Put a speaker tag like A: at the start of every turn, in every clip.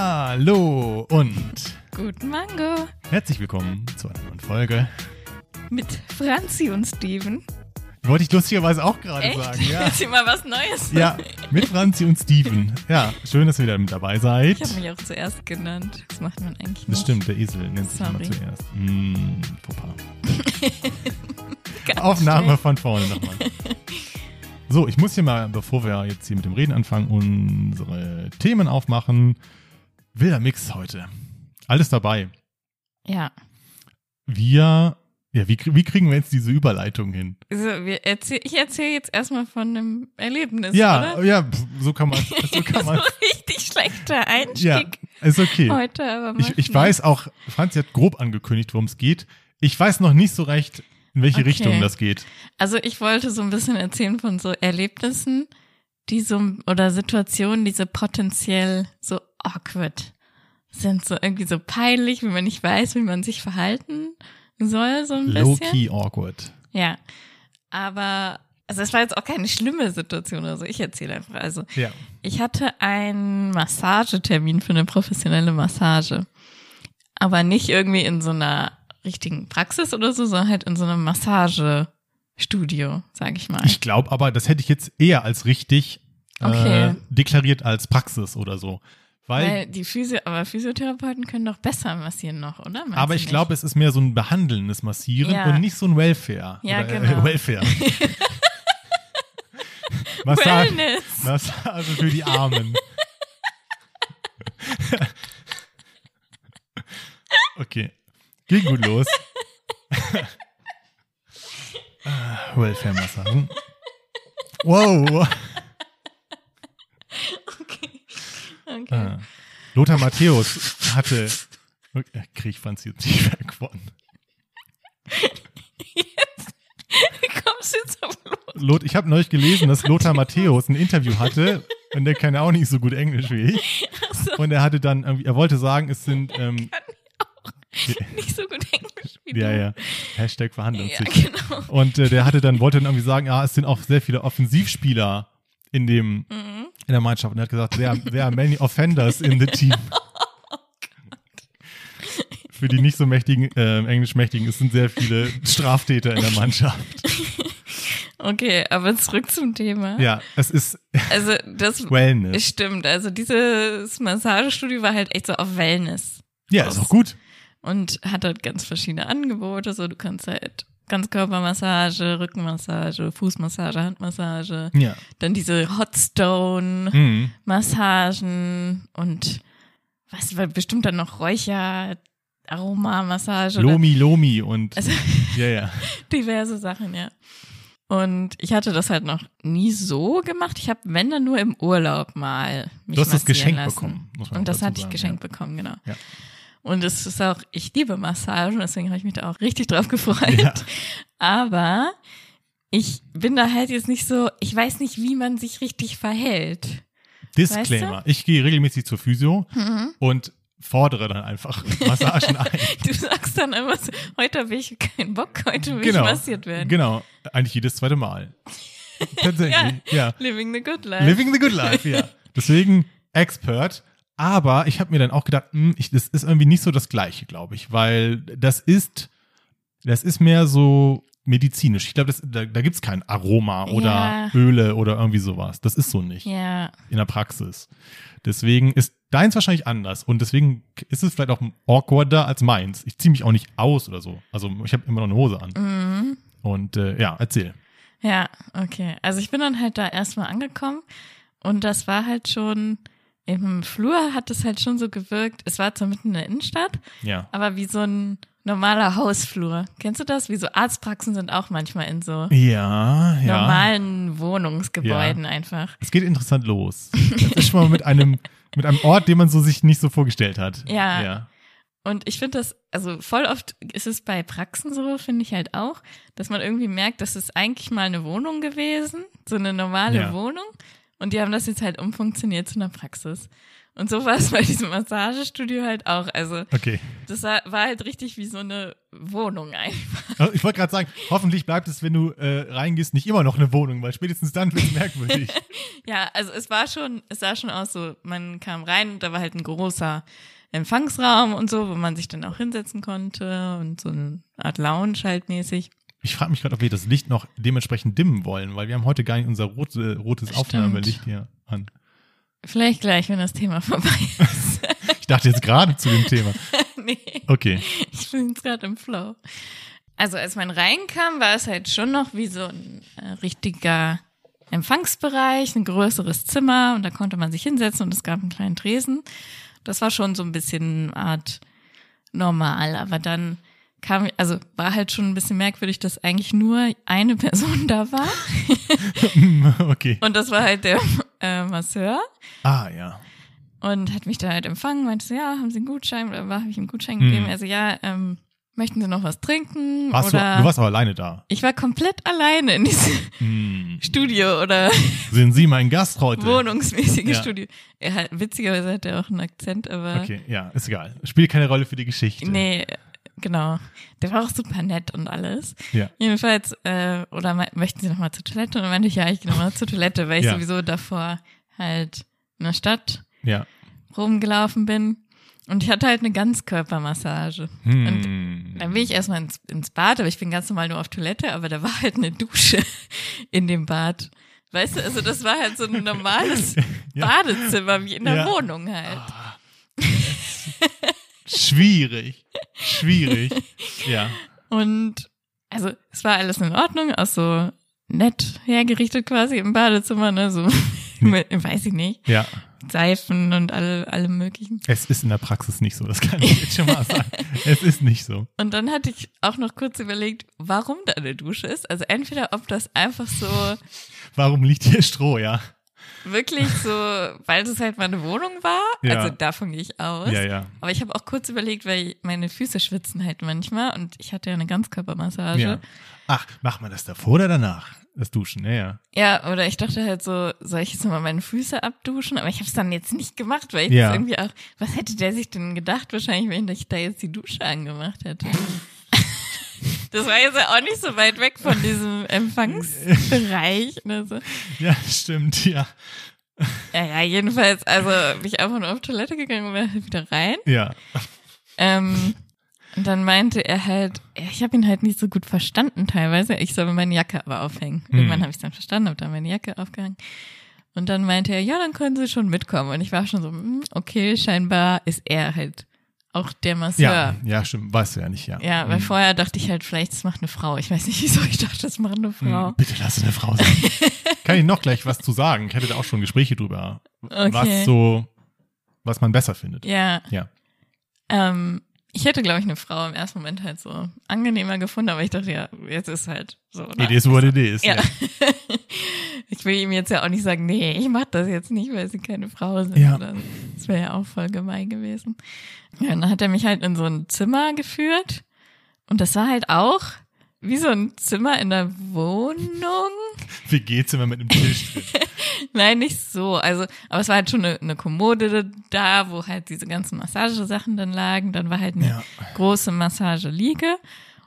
A: Hallo und
B: Guten Mango
A: herzlich willkommen zu einer neuen Folge.
B: mit Franzi und Steven.
A: Wollte ich lustigerweise auch gerade
B: Echt?
A: sagen. Ja.
B: Ist immer was Neues.
A: ja, mit Franzi und Steven. Ja, schön, dass ihr wieder mit dabei seid.
B: Ich habe mich auch zuerst genannt. Das macht man eigentlich
A: Das
B: nicht.
A: stimmt, der Esel nennt sich immer
B: Sorry.
A: zuerst. Mm, Fauxpas.
B: Ganz
A: Aufnahme von vorne nochmal. So, ich muss hier mal, bevor wir jetzt hier mit dem Reden anfangen, unsere Themen aufmachen. Wilder Mix heute. Alles dabei.
B: schnell. Ja.
A: Wir, ja, wie, krie- wie kriegen wir jetzt diese Überleitung hin?
B: Also, wir erzähl, ich erzähle jetzt erstmal von einem Erlebnis.
A: ja,
B: Oder?
A: ja, pf, so kann man, so kann man,
B: so richtig schlechter
A: ja,
B: Einstieg
A: ist okay.
B: heute, aber
A: Ich, ich
B: macht
A: weiß auch, Franzi hat grob angekündigt, worum es geht. Ich weiß noch nicht so recht, in welche
B: Okay.
A: Richtung das geht.
B: nichts. Also, ich wollte so ein bisschen erzählen von so Erlebnissen, die so oder Situationen, die so potenziell so awkward sind, so irgendwie so peinlich, wenn man nicht weiß, wie man sich verhalten soll, so ein bisschen.
A: Low-key awkward.
B: Ja. Aber, also es war jetzt auch keine schlimme Situation, also ich erzähle einfach. Also
A: Ja.
B: ich hatte einen Massagetermin für eine professionelle Massage. Aber nicht irgendwie in so einer richtigen Praxis oder so, sondern halt in so einem Massagestudio, sag ich mal.
A: Ich glaube aber, das hätte ich jetzt eher als richtig äh,
B: Okay.
A: deklariert als Praxis oder so. Weil,
B: Weil die Physio aber Physiotherapeuten können doch besser massieren noch, oder? Meinst
A: aber
B: du
A: ich
B: nicht?
A: glaube, es ist mehr so ein behandelndes Massieren
B: Ja.
A: und nicht so ein Welfare.
B: Ja,
A: oder,
B: genau.
A: Äh, Welfare. Massage,
B: Wellness.
A: Massage also für die Armen. okay, ging gut los. Ah, Welfare-Massage. Wow.
B: Okay. okay.
A: Ah. Lothar Matthäus hatte. Okay, Krieg ich Franz jetzt nicht mehr gewonnen.
B: Wie
A: Ah.
B: kommst du jetzt auf los?
A: Lot, ich habe neulich gelesen, dass Lothar Matthäus ein Interview hatte und der kann ja auch nicht so gut Englisch wie ich. Und er hatte dann, irgendwie- er wollte sagen, es sind, ähm,
B: Nicht so gut Englisch wie
A: ja,
B: du.
A: ja, Hashtag
B: Ja,
A: Verhandlungssicht.
B: genau.
A: Und äh, der hatte dann, wollte dann irgendwie sagen, ja, es sind auch sehr viele Offensivspieler in dem,
B: Mhm.
A: in der Mannschaft. Und er hat gesagt, there are, there are many offenders in the team.
B: Oh
A: Für die nicht so mächtigen, äh, englischmächtigen, es sind sehr viele Straftäter in der Mannschaft.
B: Okay, aber zurück zum Thema.
A: Ja, es ist
B: Also das
A: Wellness.
B: stimmt. Also dieses Massagestudio war halt echt so auf Wellness
A: Ja, ist auch gut.
B: und hat halt ganz verschiedene Angebote. So du kannst halt Ganzkörpermassage, Rückenmassage, Fußmassage, Handmassage,
A: Ja.
B: dann diese Hotstone
A: Mhm.
B: Massagen und was war bestimmt dann noch Räucher Aromamassage oder
A: Lomi, Lomi und
B: Also-
A: ja, ja.
B: diverse Sachen, ja. Und ich hatte das halt noch nie so gemacht. Ich habe, wenn dann nur im Urlaub mal mich
A: Du hast das
B: massieren
A: Geschenk
B: lassen.
A: bekommen. Muss man auch
B: Und das
A: dazu
B: hatte ich
A: sagen,
B: geschenkt bekommen, genau.
A: Ja.
B: Und es ist auch, ich liebe Massagen, deswegen habe ich mich da auch richtig drauf gefreut.
A: Ja.
B: Aber ich bin da halt jetzt nicht so, ich weiß nicht, wie man sich richtig verhält.
A: Disclaimer. Ich gehe regelmäßig zur Physio
B: Mhm.
A: und fordere dann einfach Massagen ein.
B: Du sagst dann immer so, heute habe ich keinen Bock, heute will ich massiert werden.
A: Genau. Eigentlich jedes zweite Mal. Tatsächlich, ja.
B: Living the good life.
A: Living the good life, ja. Deswegen Expert. Aber ich habe mir dann auch gedacht, hm, ich, das ist irgendwie nicht so das Gleiche, glaube ich, weil das ist, das ist mehr so medizinisch. Ich glaube, das- da, da gibt's kein Aroma oder
B: Ja.
A: Öle oder irgendwie sowas. Das ist so nicht
B: ja,
A: in der Praxis. Deswegen ist deins wahrscheinlich anders und deswegen ist es vielleicht auch awkwarder als meins. Ich ziehe mich auch nicht aus oder so. Also ich habe immer noch eine Hose an.
B: mhm.
A: Und äh, ja, erzähl.
B: Ja, okay. Also ich bin dann halt da erstmal angekommen und das war halt schon im Flur hat es halt schon so gewirkt. Es war zwar mitten in der Innenstadt,
A: Ja.
B: aber wie so ein normaler Hausflur. Kennst du das? Wie so Arztpraxen sind auch manchmal in so
A: Ja, ja.
B: normalen Wohnungsgebäuden einfach.
A: Es geht interessant los. Das ist schon mal mit einem, mit einem Ort, den man so sich nicht so vorgestellt hat.
B: Ja.
A: ja.
B: Und ich finde das, also voll oft ist es bei Praxen so, finde ich halt auch, dass man irgendwie merkt, das ist eigentlich mal eine Wohnung gewesen, so eine normale
A: Ja.
B: Wohnung. Und die haben das jetzt halt umfunktioniert zu einer Praxis. Und so war es bei diesem Massagestudio halt auch. Also
A: Okay.
B: das war, war halt richtig wie so eine Wohnung einfach.
A: Also Ich wollte gerade sagen, hoffentlich bleibt es, wenn du äh, reingehst, nicht immer noch eine Wohnung, weil spätestens dann wird es merkwürdig.
B: Ja, also es war schon, es sah schon aus so, man kam rein und da war halt ein großer Empfangsraum und so, wo man sich dann auch hinsetzen konnte und so eine Art Lounge halt mäßig.
A: Ich frage mich gerade, ob wir das Licht noch dementsprechend dimmen wollen, weil wir haben heute gar nicht unser rot, äh, rotes
B: Stimmt.
A: Aufnahmelicht hier an.
B: Vielleicht gleich, wenn das Thema vorbei ist.
A: Ich dachte jetzt gerade zu dem Thema.
B: nee.
A: Okay.
B: Ich bin jetzt gerade im Flow. Also als man reinkam, war es halt schon noch wie so ein äh, richtiger Empfangsbereich, ein größeres Zimmer und da konnte man sich hinsetzen und es gab einen kleinen Tresen. Das war schon so ein bisschen eine Art normal, aber dann kam, also war halt schon ein bisschen merkwürdig, dass eigentlich nur eine Person da war
A: Hm, okay.
B: und das war halt der äh, Masseur
A: Ah, ja.
B: und hat mich da halt empfangen, meinte so, ja, haben Sie einen Gutschein oder habe ich ihm einen Gutschein gegeben?
A: Mhm.
B: Also ja, ähm, möchten Sie noch was trinken?
A: Warst du,
B: oder
A: du warst aber alleine da.
B: ich war komplett alleine in diesem
A: Hm.
B: Studio oder
A: Sind Sie mein Gast heute?
B: wohnungsmäßige
A: Ja.
B: Studio. Er hat, witzigerweise hat er auch einen Akzent, aber
A: Okay, ja, ist egal. Spielt keine Rolle für die Geschichte.
B: Äh. nee, genau. Der war auch super nett und alles.
A: Ja.
B: Jedenfalls, äh, oder me- möchten Sie nochmal zur Toilette? Und dann meinte ich, ja, ich gehe nochmal zur Toilette, weil ich
A: Ja.
B: sowieso davor halt in der Stadt
A: Ja.
B: rumgelaufen bin. Und ich hatte halt eine Ganzkörpermassage. Und
A: Hm.
B: Dann bin ich erstmal ins, ins Bad, aber ich bin ganz normal nur auf Toilette, aber da war halt eine Dusche in dem Bad. Weißt du, also das war halt so ein normales
A: Ja.
B: Badezimmer wie in der
A: Ja.
B: Wohnung halt.
A: Schwierig. Schwierig. ja.
B: Und also es war alles in Ordnung, auch so nett hergerichtet quasi im Badezimmer, ne, so mit, weiß ich nicht,
A: Ja.
B: Seifen und alle, alle möglichen.
A: Es ist in der Praxis nicht so, das kann ich jetzt schon mal sagen. Es ist nicht so.
B: Und dann hatte ich auch noch kurz überlegt, warum da eine Dusche ist. Also entweder ob das einfach so
A: Warum liegt hier Stroh, ja?
B: wirklich so, weil das halt meine Wohnung war.
A: Ja.
B: Also davon gehe ich aus.
A: Ja, ja.
B: Aber ich habe auch kurz überlegt, weil meine Füße schwitzen halt manchmal und ich hatte ja eine Ganzkörpermassage.
A: ja.
B: Ja.
A: Ach, macht man das davor oder danach? Das Duschen, ja, ja.
B: oder ich dachte halt so, soll ich jetzt nochmal meine Füße abduschen? Aber ich habe es dann jetzt nicht gemacht, weil ich
A: Ja.
B: das irgendwie auch, was hätte der sich denn gedacht wahrscheinlich, wenn ich da jetzt die Dusche angemacht hätte? Das war jetzt ja auch nicht so weit weg von diesem Empfangsbereich oder so.
A: Ja, stimmt, ja.
B: Ja, ja, jedenfalls, also bin ich einfach nur auf Toilette gegangen und bin halt wieder rein.
A: Ja.
B: Ähm, und dann meinte er halt, ja, ich habe ihn halt nicht so gut verstanden teilweise. Ich soll meine Jacke aber aufhängen.
A: Hm.
B: Irgendwann habe ich dann verstanden, habe dann meine Jacke aufgehangen. Und dann meinte er, ja, dann können Sie schon mitkommen. Und ich war schon so, hm, okay, scheinbar ist er halt auch der Masseur.
A: Ja,
B: Ja.
A: ja, stimmt. Weißt du ja nicht, ja.
B: weil
A: Mhm.
B: vorher dachte ich halt, vielleicht das macht eine Frau. Ich weiß nicht, wieso ich dachte, das macht eine Frau.
A: Mhm. Bitte lass eine Frau sein. Kann ich noch gleich was zu sagen? Ich hätte da auch schon Gespräche drüber.
B: Okay.
A: Was so, was man besser findet.
B: Ja.
A: Ja.
B: Ähm, ich hätte, glaube ich, eine Frau im ersten Moment halt so angenehmer gefunden, aber ich dachte, ja, jetzt ist halt so. ne?
A: It is what it is. Ja.
B: Ja. ich will ihm jetzt ja auch nicht sagen, nee, ich mach das jetzt nicht, weil sie keine Frau sind.
A: Ja.
B: Oder so. Das wäre ja auch voll gemein gewesen. Ja, und dann hat er mich halt in so ein Zimmer geführt. Und das war halt auch wie so ein Zimmer in der Wohnung.
A: Wie geht's immer mit einem Tisch drin?
B: Nein, nicht so. Also, aber es war halt schon eine, eine Kommode da, wo halt diese ganzen Massagesachen dann lagen. Dann war halt eine
A: Ja.
B: große Massageliege.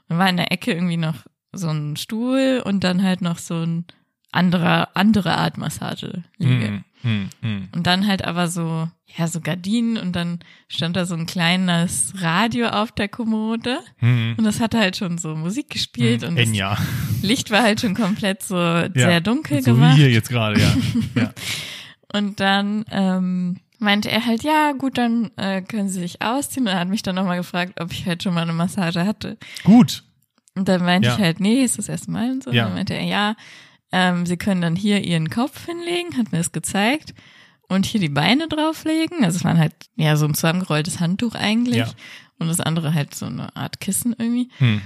B: Dann war in der Ecke irgendwie noch so ein Stuhl und dann halt noch so ein anderer, andere Art Massageliege.
A: Mhm. Mhm. Mhm.
B: Und dann halt aber so, ja, so Gardinen und dann stand da so ein kleines Radio auf der Kommode
A: Mhm.
B: und das hatte halt schon so Musik gespielt und das
A: Enya.
B: Licht war halt schon komplett so sehr dunkel
A: so
B: gemacht.
A: wie hier jetzt gerade, ja. ja.
B: Und dann ähm, meinte er halt, ja, gut, dann äh, können Sie sich ausziehen. Und er hat mich dann nochmal gefragt, ob ich halt schon mal eine Massage hatte.
A: Gut.
B: Und dann meinte
A: Ja.
B: ich halt, nee, ist das erste Mal und so.
A: Ja.
B: Und dann meinte er, ja, ähm, sie können dann hier ihren Kopf hinlegen, hat mir das gezeigt. Und hier die Beine drauflegen. Also es waren halt, ja, so ein zusammengerolltes Handtuch eigentlich.
A: Ja.
B: Und das andere halt so eine Art Kissen irgendwie.
A: Hm.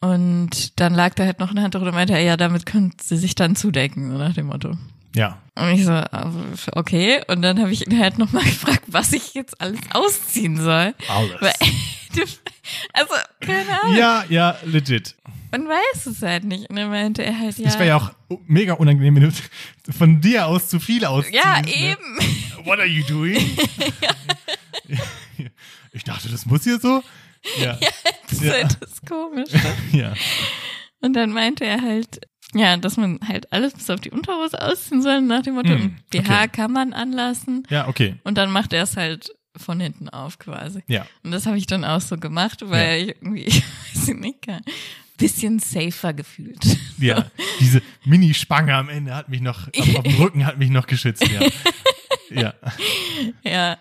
B: Und dann lag da halt noch ein Handtuch und meinte er, ja, damit können sie sich dann zudecken, so nach dem Motto.
A: Ja.
B: Und ich so, äh, okay. Und dann habe ich ihn halt nochmal gefragt, was ich jetzt alles ausziehen soll.
A: Alles.
B: Weil- Also, keine Ahnung.
A: Ja, ja, legit.
B: Man weiß es halt nicht. Und dann meinte er halt, ja.
A: Es wäre ja auch mega unangenehm, wenn du von dir aus zu viel ausziehst.
B: ja,
A: ne?
B: eben.
A: What are you doing? ich dachte, das muss hier so. Ja.
B: Das
A: Ja.
B: ist halt das komisch.
A: ja.
B: Und dann meinte er halt, ja, dass man halt alles bis auf die Unterhose ausziehen soll, nach dem Motto,
A: Mm,
B: BH
A: okay.
B: kann man anlassen.
A: Ja, okay.
B: Und dann macht er es halt von hinten auf quasi.
A: Ja.
B: Und das habe ich dann auch so gemacht, weil ich irgendwie, ich weiß nicht, ein bisschen safer gefühlt.
A: Ja. Diese Mini-Spange am Ende hat mich noch, auf, auf dem Rücken hat mich noch geschützt. Ja. ja.
B: Ja.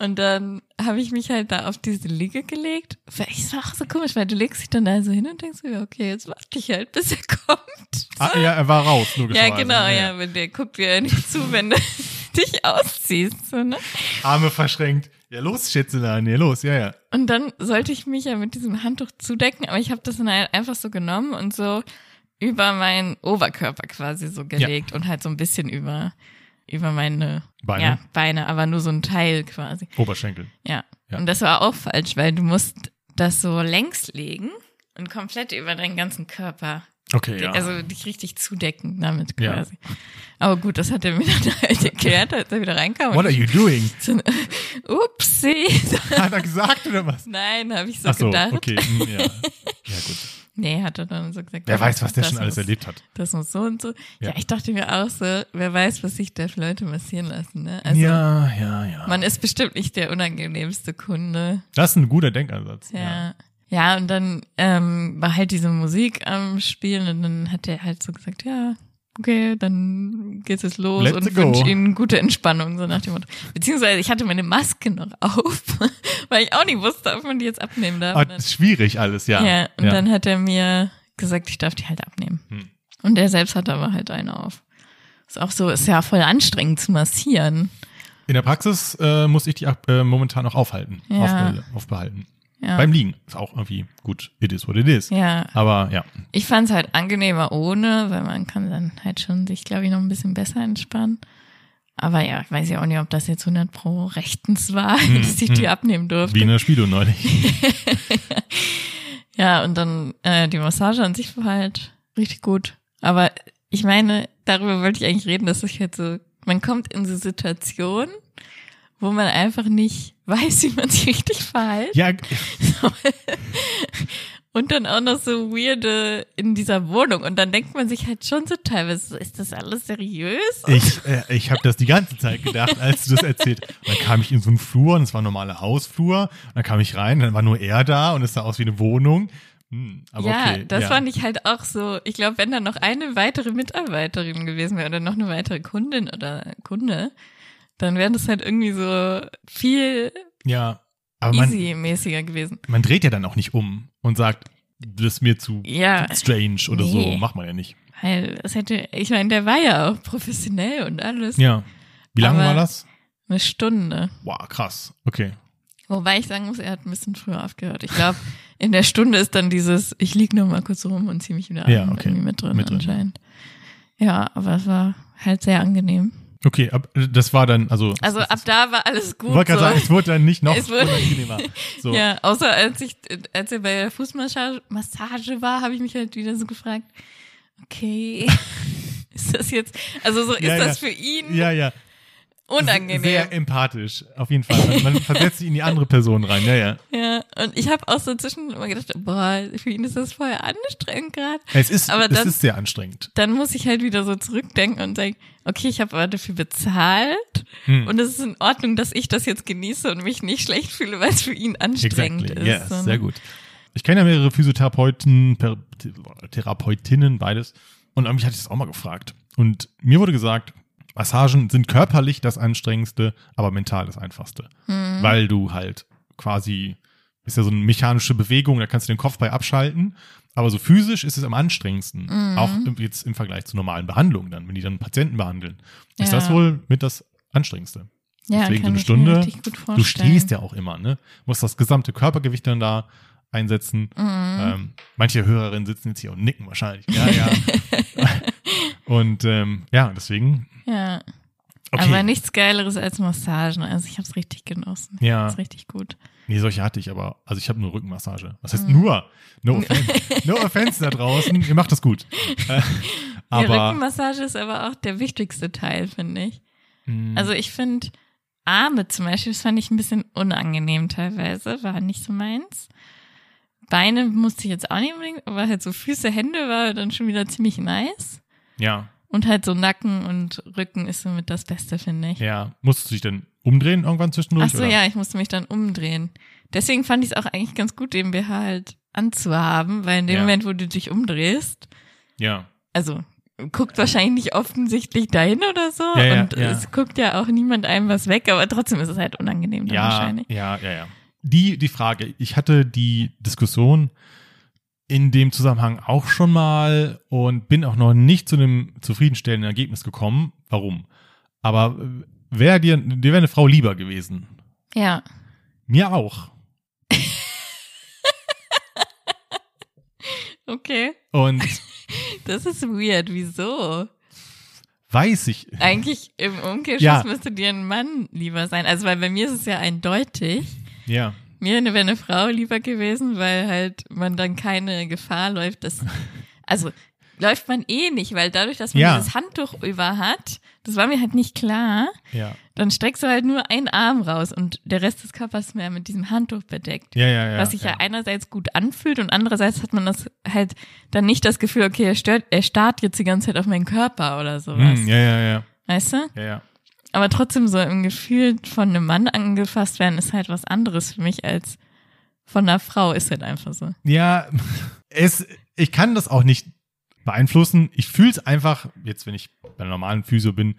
B: Und dann habe ich mich halt da auf diese Liege gelegt. Ich war auch so komisch, weil du legst dich dann da so hin und denkst, dir, ja, okay, jetzt warte ich halt, bis er kommt.
A: Ah, ja, er war raus, logischerweise.
B: Ja, genau, ja, wenn der guckt dir ja nicht zu, wenn du dich ausziehst, so, ne?
A: Arme verschränkt. Ja, los, Schätzelein, ja, los, ja, ja.
B: Und dann sollte ich mich ja mit diesem Handtuch zudecken, aber ich habe das dann halt einfach so genommen und so über meinen Oberkörper quasi so gelegt und halt so ein bisschen über über meine
A: Beine?
B: Ja, Beine, aber nur so ein Teil quasi.
A: Oberschenkel.
B: Ja.
A: Ja.
B: Und das war auch falsch, weil du musst das so längs legen und komplett über deinen ganzen Körper.
A: Okay, ja.
B: Also dich richtig zudecken damit
A: Ja.
B: quasi. Aber gut, das hat er mir dann halt erklärt, als er wieder reinkam.
A: What are you doing?
B: So, Upsi.
A: Hat er gesagt oder was?
B: Nein, habe ich so
A: Ach so,
B: gedacht.
A: okay. hm, Ja. ja, gut.
B: Nee, hat er dann so gesagt.
A: Wer weiß, was der
B: das
A: schon alles
B: muss-
A: erlebt hat.
B: Das muss so und so. Ja.
A: Ja.
B: ich dachte mir auch so, wer weiß, was sich da für Leute massieren lassen. Ne? Also
A: ja, ja, ja.
B: man ist bestimmt nicht der unangenehmste Kunde.
A: das ist ein guter Denkansatz.
B: Ja. ja. und dann ähm, war halt diese Musik am Spielen und dann hat er halt so gesagt, ja, okay, dann geht's jetzt los
A: Let's
B: und
A: go.
B: wünsche ihnen gute Entspannung, so nach dem Motto. Beziehungsweise ich hatte meine Maske noch auf, weil ich auch nicht wusste, ob man die jetzt abnehmen darf.
A: Ah,
B: Und dann-
A: ist schwierig alles, ja.
B: ja, und dann hat er mir gesagt, ich darf die halt abnehmen.
A: Hm.
B: Und er selbst hat aber halt eine auf. Ist auch so, ist ja voll anstrengend zu massieren.
A: In der Praxis äh, muss ich die ab, äh, momentan auch aufhalten,
B: Ja.
A: aufbe aufbehalten.
B: Ja.
A: Beim Liegen ist auch irgendwie gut. It is what it is.
B: ja.
A: Aber ja,
B: Ich fand's halt angenehmer ohne, weil man kann dann halt schon sich, glaube ich, noch ein bisschen besser entspannen. Aber ja, ich weiß ja auch nicht, ob das jetzt 100 pro rechtens war, dass ich die abnehmen durfte.
A: wie ne- in der Spielo neulich.
B: Ja, und dann äh, die Massage an sich war halt richtig gut. Aber ich meine, darüber wollte ich eigentlich reden, dass ich halt so, man kommt in so Situationen, wo man einfach nicht weiß, wie man sich richtig verhält.
A: ja,
B: Und dann auch noch so weirde in dieser Wohnung. Und dann denkt man sich halt schon so teilweise, so, ist das alles seriös?
A: ich, äh, ich habe das die ganze Zeit gedacht, als du das erzählt. Und dann kam ich in so einen Flur und es war ein normaler Hausflur. Und dann kam ich rein, dann war nur er da und es sah aus wie eine Wohnung. Hm, aber
B: ja,
A: okay.
B: das
A: ja.
B: fand ich halt auch so. Ich glaube, wenn da noch eine weitere Mitarbeiterin gewesen wäre oder noch eine weitere Kundin oder Kunde, dann wäre das halt irgendwie so viel
A: Ja, aber man,
B: easy-mäßiger gewesen.
A: man dreht ja dann auch nicht um und sagt, das ist mir zu
B: Ja,
A: strange oder so.
B: Nee.
A: Macht man ja nicht.
B: weil es hätte, ich meine, der war ja auch professionell und alles.
A: Ja. Wie lange
B: Aber-
A: war das?
B: Eine Stunde.
A: Wow, krass. Okay.
B: Wobei ich sagen muss, er hat ein bisschen früher aufgehört. Ich glaube, in der Stunde ist dann dieses, ich lieg noch mal kurz rum und zieh mich wieder
A: Ja,
B: an,
A: okay.
B: irgendwie mit drin,
A: Mit drin.
B: anscheinend. Ja, aber es war halt sehr angenehm.
A: Okay, ab, das war dann, also.
B: Also
A: das,
B: ab da war alles
A: Ich
B: gut.
A: wollte gerade
B: so.
A: sagen, es wurde dann nicht noch
B: Es wurde-
A: unangenehmer. So.
B: Ja, außer als ich, als er bei der Fußmassage Massage war, habe ich mich halt wieder so gefragt, okay, ist das jetzt, also so ist
A: Ja,
B: das
A: ja.
B: für ihn
A: ja, ja.
B: unangenehm.
A: Sehr empathisch, auf jeden Fall. Man, man versetzt sich in die andere Person rein, ja, ja.
B: Ja, und ich habe auch so zwischen immer gedacht, boah, für ihn ist das voll anstrengend gerade.
A: Es ist,
B: Aber
A: es
B: dann-
A: ist sehr anstrengend.
B: Dann muss ich halt wieder so zurückdenken und denken, okay, ich habe aber dafür bezahlt
A: Hm.
B: und es ist in Ordnung, dass ich das jetzt genieße und mich nicht schlecht fühle, weil es für ihn anstrengend
A: Exactly.
B: ist.
A: Yes,
B: So, ne?
A: sehr gut. Ich kenne ja mehrere Physiotherapeuten, Per- Therapeutinnen, beides. Und mich hatte ich das auch mal gefragt. Und mir wurde gesagt, Massagen sind körperlich das anstrengendste, aber mental das einfachste.
B: Hm.
A: Weil du halt quasi, ist ja so eine mechanische Bewegung, da kannst du den Kopf bei abschalten. Aber so physisch ist es am anstrengendsten.
B: Hm.
A: Auch im- jetzt im Vergleich zu normalen Behandlungen dann, wenn die dann Patienten behandeln. Ist
B: Ja.
A: das wohl mit das anstrengendste.
B: Ja,
A: Deswegen
B: kann
A: so eine
B: ich mir
A: Stunde.
B: richtig gut vorstellen.
A: Du stehst ja auch immer, ne? Musst das gesamte Körpergewicht dann da einsetzen.
B: Mhm.
A: Ähm, manche Hörerinnen sitzen jetzt hier und nicken wahrscheinlich. Ja, ja. und ähm, ja, deswegen
B: Mhm. Ja.
A: Okay.
B: Aber nichts Geileres als Massagen. Also ich habe es richtig genossen. Ich
A: Ja.
B: fand's richtig gut.
A: Nee, solche hatte ich aber. Also ich habe nur Rückenmassage. Was
B: Mhm.
A: heißt nur? No offense. no offense da draußen. Ihr macht das gut. Äh,
B: die
A: aber
B: Rückenmassage ist aber auch der wichtigste Teil, finde ich.
A: mh,
B: Also ich finde Arme zum Beispiel, das fand ich ein bisschen unangenehm teilweise, war nicht so meins. Beine musste ich jetzt auch nicht unbedingt, aber halt so Füße, Hände war dann schon wieder ziemlich nice.
A: ja,
B: Und halt so Nacken und Rücken ist somit das Beste, finde ich.
A: ja. Musstest du dich denn umdrehen irgendwann zwischendurch?
B: Ach so,
A: oder?
B: ja, ich musste mich dann umdrehen. Deswegen fand ich es auch eigentlich ganz gut, den BH halt anzuhaben, weil in dem
A: Ja.
B: Moment, wo du dich umdrehst,
A: Ja.
B: also guckt wahrscheinlich nicht offensichtlich dahin oder so
A: Ja, ja,
B: und
A: ja.
B: es guckt ja auch niemand einem was weg, aber trotzdem ist es halt unangenehm dann
A: Ja,
B: wahrscheinlich.
A: ja, ja, ja. Die, die Frage, ich hatte die Diskussion in dem Zusammenhang auch schon mal und bin auch noch nicht zu einem zufriedenstellenden Ergebnis gekommen. Warum? Aber wäre dir, dir wäre eine Frau lieber gewesen.
B: Ja,
A: Mir auch.
B: okay.
A: Und
B: Das ist weird. Wieso?
A: weiß ich.
B: Eigentlich im Umkehrschluss
A: Ja.
B: müsste dir ein Mann lieber sein. Also, weil bei mir ist es ja eindeutig.
A: Ja.
B: Mir wäre eine Frau lieber gewesen, weil halt man dann keine Gefahr läuft, dass. Also, läuft man eh nicht, weil dadurch, dass man
A: Ja.
B: dieses Handtuch über hat, das war mir halt nicht klar,
A: Ja.
B: dann streckst du halt nur einen Arm raus und der Rest des Körpers ist mehr mit diesem Handtuch bedeckt.
A: Ja, ja, ja.
B: was sich ja.
A: ja.
B: einerseits gut anfühlt und andererseits hat man das halt dann nicht das Gefühl, okay, er, stört, er starrt jetzt die ganze Zeit auf meinen Körper oder sowas.
A: Hm, ja, ja, ja,
B: Weißt du?
A: ja, ja.
B: Aber trotzdem so im Gefühl von einem Mann angefasst werden ist halt was anderes für mich als von einer Frau ist halt einfach so.
A: Ja, es, ich kann das auch nicht beeinflussen. Ich fühle es einfach, jetzt wenn ich bei einer normalen Physio bin,